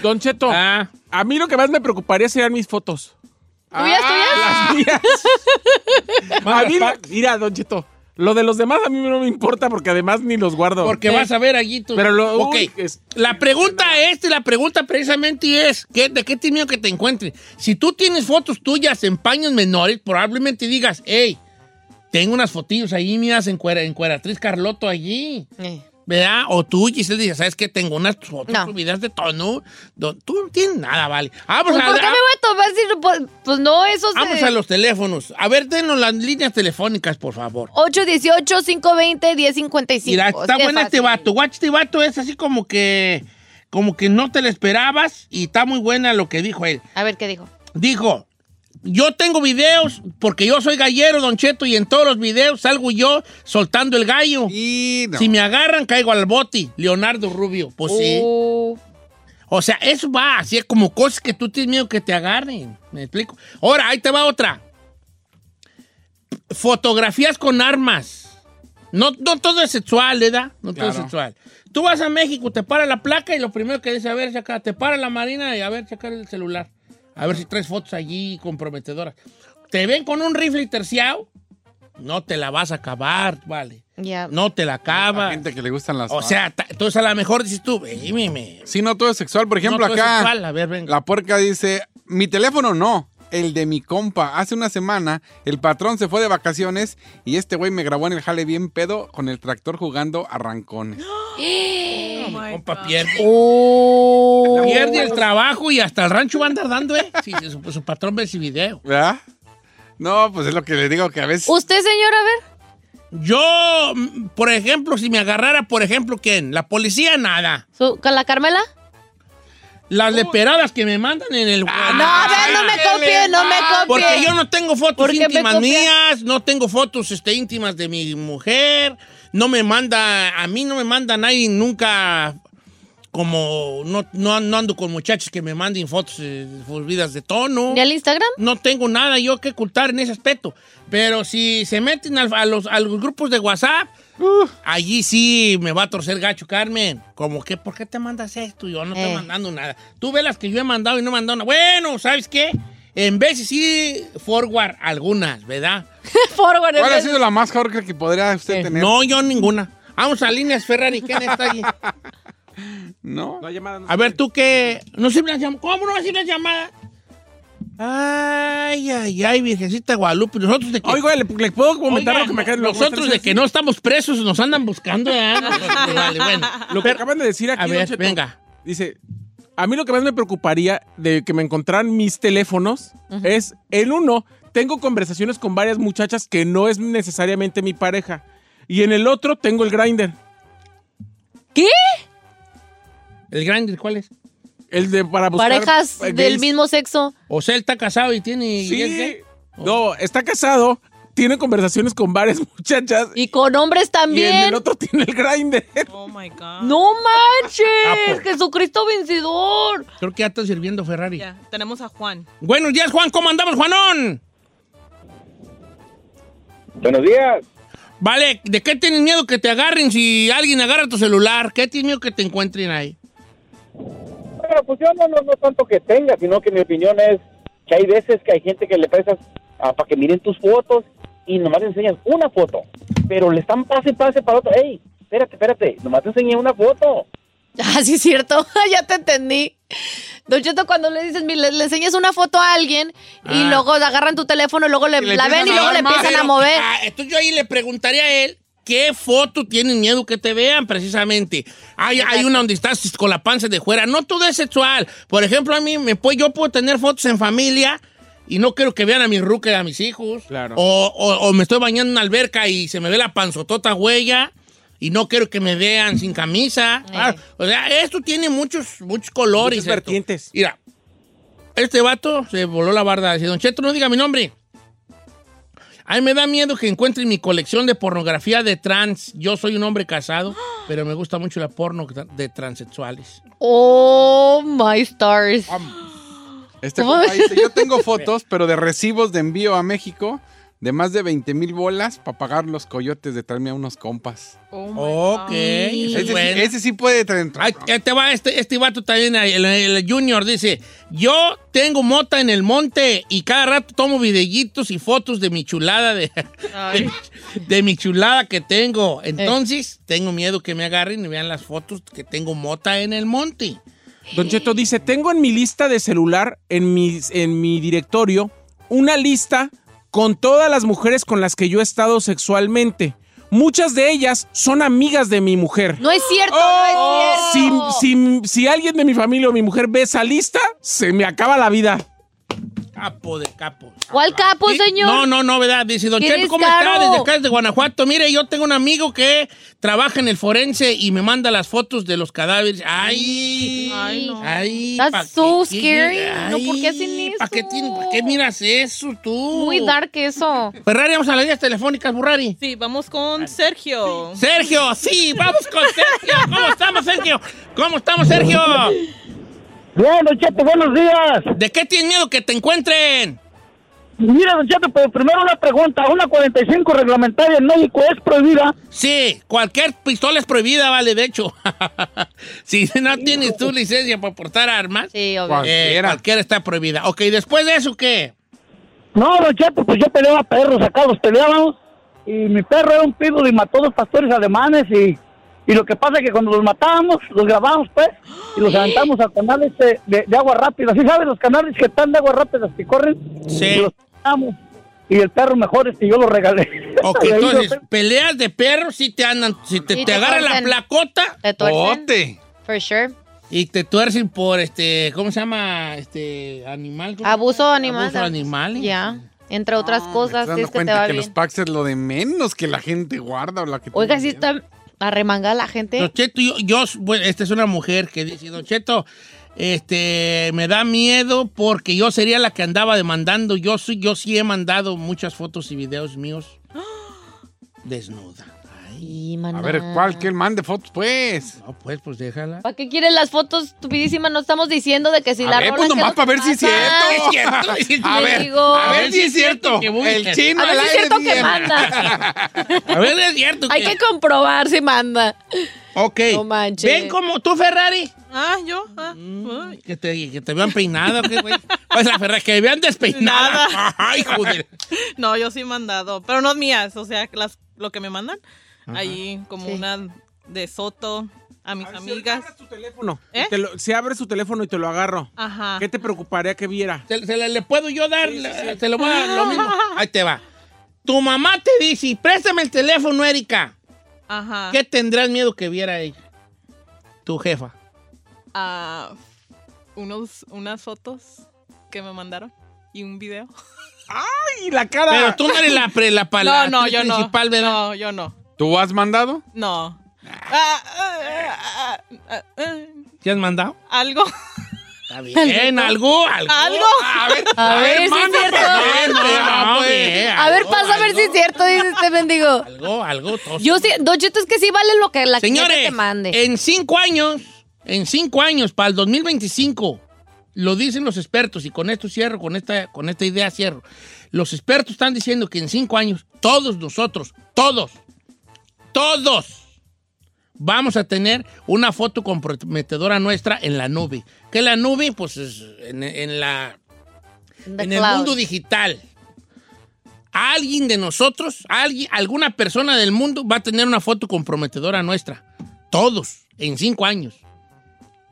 Don Cheto, Ah. a mí lo que más me preocuparía serían mis fotos. ¿Tuyas, Ah. tuyas? Las mías. a mí, la- mira, Don Cheto, lo de los demás a mí no me importa porque además ni los guardo. Porque vas a ver allí tu... Ah, Pero lo- Ok, uy, es- la pregunta esta, la pregunta precisamente es, ¿qué- ¿de qué te miedo que te encuentres? Si tú tienes fotos tuyas en paños menores, probablemente digas, hey, tengo unas fotillos ahí mías en, cuera, en Cueratriz Carloto allí. Eh. ¿Verdad? O tú, Giselle, dices, ¿sabes qué? Tengo unas fotos No. subidas de tono. do- Tú no tienes nada, vale. Pues, ¿Por Vamos, qué me a, voy a tomar si no puedo? Pues no, eso se... vamos a los teléfonos. A ver, denos las líneas telefónicas, por favor. 818-520-1055. Mira, está pues, Qué buena este fácil. vato. Watch este vato es así como que. Como que no te lo esperabas y está muy buena lo que dijo él. A ver, ¿qué dijo? Dijo, yo tengo videos porque yo soy gallero, Don Cheto, y en todos los videos salgo yo soltando el gallo. Y no. Si me agarran, caigo al boti. Leonardo Rubio. Pues sí. Uh, Oh, O sea, eso va, así es como cosas que tú tienes miedo que te agarren. ¿Me explico? Ahora, ahí te va otra. Fotografías con armas. No, no todo es sexual, ¿verdad? No todo es Claro. sexual. Tú vas a México, te para la placa y lo primero que dice, a ver, acá, te para la marina y a ver, sacar el celular. A ver si traes fotos allí comprometedoras. Te ven con un rifle terciado, no te la vas a acabar, vale. ya. No te la La acabas. gente que le gustan las. O sea, ta- entonces a lo mejor dices tú, "Ey, me- me- Si no todo es sexual, por ejemplo, no, todo es acá. sexual". A ver, venga. La puerca dice, mi teléfono no, el de mi compa. Hace una semana el patrón se fue de vacaciones y este güey me grabó en el jale bien pedo con el tractor jugando a rancones. Compa, pierde. Uh. Pierde el trabajo y hasta el rancho va a andar dando, ¿eh? Si si su, su patrón ve ese video. ¿Verdad? No, pues es lo que le digo que a veces... ¿Usted, señor? A ver. Yo, mm, por ejemplo, si me agarrara, por ejemplo, ¿quién? La policía, nada. Su- ¿Con la Carmela? Las leperadas que me mandan en el... Ah, No, a ver, no me copie, no me copie. Porque yo no tengo fotos ¿Por qué me íntimas copia? mías, no tengo fotos este, íntimas de mi mujer, no me manda, a mí no me manda nadie nunca, como no, no, no ando con muchachos que me manden fotos eh, subidas de tono. ¿Ni al Instagram? no tengo nada yo que ocultar en ese aspecto. Pero si se meten al- a, los, a los grupos de WhatsApp, allí sí me va a torcer gacho, Carmen. Como que, ¿por qué te mandas esto? Yo no estoy Eh. mandando nada. Tú ves las que yo he mandado y no he mandado nada. Bueno, ¿sabes qué? En veces sí forward algunas, ¿verdad? Eh, Forward. en ¿Cuál ha vez- sido la más horca que podría usted tener? No, yo ninguna. Vamos a líneas Ferrari. ¿Quién está allí? ¿No? No hay llamada, no A ver, tú que. No sirve la llamada. ¿Cómo no va a servir la llamada? Ay, ay, ay, Virgencita de Guadalupe. Nosotros de que. Oiga, ¿le, le puedo comentar Oiga, lo que me acaba- lo que me Nosotros están de que no estamos presos nos andan buscando. ¿eh? Vale, bueno. Lo que Pero- acaban de decir aquí, a Don ver, Cheto, venga. Dice, a mí lo que más me preocuparía de que me encontraran mis teléfonos es, en uno, tengo conversaciones con varias muchachas que no es necesariamente mi pareja. Y en el otro tengo el grinder. ¿Qué? ¿El grinder cuál es? El de para eh, Parejas eh, del mismo sexo. O sea, él está casado y tiene. Sí. No, está casado, tiene conversaciones con varias muchachas. Y con hombres también. Y en el otro tiene el grinder. ¡No Ah, manches! pues. ¡Jesucristo vencedor! Creo que ya está sirviendo Ferrari. Tenemos a Juan. Buenos días, Juan. ¿Cómo andamos, Juanón? Buenos días. Vale, ¿de qué tienes miedo que te agarren si alguien agarra tu celular? ¿Qué tienes miedo que te encuentren ahí? Bueno, pues yo no, no, no tanto que tenga, sino que mi opinión es que hay veces que hay gente que le prestas ah, para que miren tus fotos y nomás le enseñas una foto, pero le están pase, pase para otro. ¡Ey! Espérate, espérate, nomás te enseñé una foto. Ah, sí, es cierto. ya te entendí. Don Cheto, cuando le dices, mira, le, le enseñas una foto a alguien y Ah. luego agarran tu teléfono, luego le- le la ven empiezan y a luego dar le más, empiezan a pero- mover. Ah, entonces yo ahí le preguntaría a él, ¿qué foto tienen miedo que te vean precisamente? Hay, hay una donde estás con la panza de fuera, no todo es sexual. Por ejemplo, a mí me puede, yo puedo tener fotos en familia y no quiero que vean a mis rucas, a mis hijos. Claro. O, o- o me estoy bañando en una alberca y se me ve la panzotota huella y no quiero que me vean sin camisa. Ah, o sea, esto tiene muchos, muchos colores. Muchas vertientes. Mira, este vato se voló la barda. Dice, Don Cheto, no diga mi nombre. Ay, me da miedo que encuentren mi colección de pornografía de trans. Yo soy un hombre casado, pero me gusta mucho la porno de transexuales. Oh, my stars. Este ¿Cómo? compa dice, yo tengo fotos, pero de recibos de envío a México de más de 20 mil bolas para pagar los coyotes de traerme a unos compas. ok. Ese sí- ese sí puede traer. Este, va, este, este vato también, el, el Junior, dice: Yo tengo mota en el monte y cada rato tomo videitos y fotos de mi chulada de. de, de mi chulada que tengo. Entonces, tengo miedo que me agarren y vean las fotos que tengo mota en el monte. Don Cheto dice, tengo en mi lista de celular, en mi, en mi directorio, una lista con todas las mujeres con las que yo he estado sexualmente. Muchas de ellas son amigas de mi mujer. No es cierto, Oh, no es Si, cierto. si- si alguien de mi familia o mi mujer ve esa lista, se me acaba la vida. Capo de capo. ¿Cuál capo, señor? No, no, no, ¿verdad? Dice, don ¡Qué Cheto, ¿cómo descaro! está? Desde acá, desde Guanajuato. Mire, yo tengo un amigo que trabaja en el forense y me manda las fotos de los cadáveres. ¡Ay! ¡Ay, no! ¡Ay! That's pa' so qué- scary. ay, No, ¿por qué hacen eso? ¿Para qué, tiene- pa' qué miras eso tú? Muy dark eso. Ferrari, vamos a las líneas telefónicas, Burrari. Sí, vamos con Sergio. Sergio, sí, vamos con Sergio. ¿Cómo estamos, Sergio? ¿Cómo estamos, Sergio? Bien, Don Cheto, buenos días. ¿De qué tienes miedo que te encuentren? Mira, Don Cheto, pero primero una pregunta. ¿Una 45 reglamentaria en México es prohibida? Sí, cualquier pistola es prohibida, vale, de hecho. si no tienes tu licencia para portar armas, eh, Cualquiera. cualquiera está prohibida. Ok, después de eso, ¿qué? No, Don Cheto, pues yo peleaba perros, acá los peleábamos. Y mi perro era un pitbull y mató dos pastores alemanes. Y, y lo que pasa es que cuando los matábamos, los grabábamos, pues, y los aventamos a canales de, de- de agua rápida. ¿Sí sabes los canales que están de agua rápida que corren? Sí. Y los aventamos. Y el perro mejor es que yo lo regalé. Ok, Y ahí lo entonces, peleas de perros si te andan, si te, Sí, te te agarra la tuercen. placota, Te tuercen. bote. For sure. Y te tuercen por este, ¿cómo se llama? Este animal. ¿cómo se Abuso llama? animal. Abuso animal. Ya. Entre otras cosas, si dando es que te cuenta va que bien. los packs es lo de menos que la gente guarda o la que Oiga, tiene si está arremangada la Don gente. Cheto, yo, yo- bueno, esta es una mujer que dice, Don Cheto, este, me da miedo porque yo sería la que andaba demandando. Yo, soy- yo sí he mandado muchas fotos y videos míos desnuda. A ver, Ah. ¿cuál? Que él mande fotos, pues. No, pues, pues déjala. ¿Para qué quieres las fotos, estupidísima? No estamos diciendo de que si A la ver, rolas, pues ¿qué nomás nos para ver si es pasa? cierto. Es cierto. A ver, Digo. a ver si es cierto. que voy. El chino A ver al si es aire cierto que bien. manda. A ver, es cierto Hay que- que comprobar si manda. Ok. No manches. Ven como tú, Ferrari. Ah, yo. Ah, ah. Que te, que te vean peinada, ¿o ¿qué, güey? Pues la Ferrari, que me vean despeinada. Ay, joder. No, yo sí he mandado, pero no mías, o sea, las, lo que me mandan. Ahí, como Sí. una de Soto, a mis amigas. ¿Eh? Teléfono. Y te lo- si abres tu teléfono y te lo agarro. Ajá. ¿Qué te preocuparía que viera? Se, se le, le puedo yo dar, le- te lo voy a dar lo mismo. Ahí te va. Tu mamá te dice, préstame el teléfono, Erika. Ajá. ¿Qué tendrás miedo que viera ella? Tu jefa. Ah, unos, unas fotos que me mandaron y un video. ¡Ay, la cara! Pero tú no eres la, pre, la, pa- la no, no, actriz yo no. principal, ¿verdad? No, yo no. ¿Tú has mandado? No. Ah, ah, ah, ah, ah, ah. ¿Te has mandado? ¿Algo? Está bien, algo, algo. ¿Algo? A ver, A ver, si es manda cierto. para ver, no, no, A hombre, ver, a ver, pasa a ver si es cierto, dice este mendigo. Algo, algo, tos. Yo sí, Don Cheto, es que sí vale lo que la clienta Señores, te mande. eh, en cinco años, en cinco años, para el 2025, lo dicen los expertos, y con esto cierro, con esta, con esta idea cierro. Los expertos están diciendo que en cinco años, todos nosotros, todos, todos, vamos a tener una foto comprometedora nuestra en la nube. Que la nube, pues, es en, en la, The en el cloud. mundo digital. Alguien de nosotros, alguien, alguna persona del mundo va a tener una foto comprometedora nuestra. Todos, en cinco años.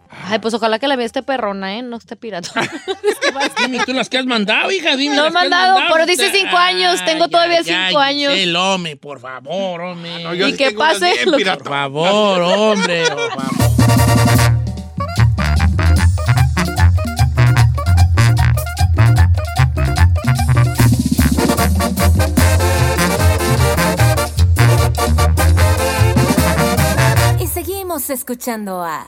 Ay, pues ojalá que la vea este perrona, ¿eh? No esté pirata. Dime tú las que has mandado, hija, dime. No las he que has mandado, pero dice ahorita. cinco años, tengo ya, todavía ya, cinco años. Giselle, hombre, por favor, hombre. yo Y sí que tengo unas pase bien lo- piratas. Por favor, hombre, por favor. Y seguimos escuchando a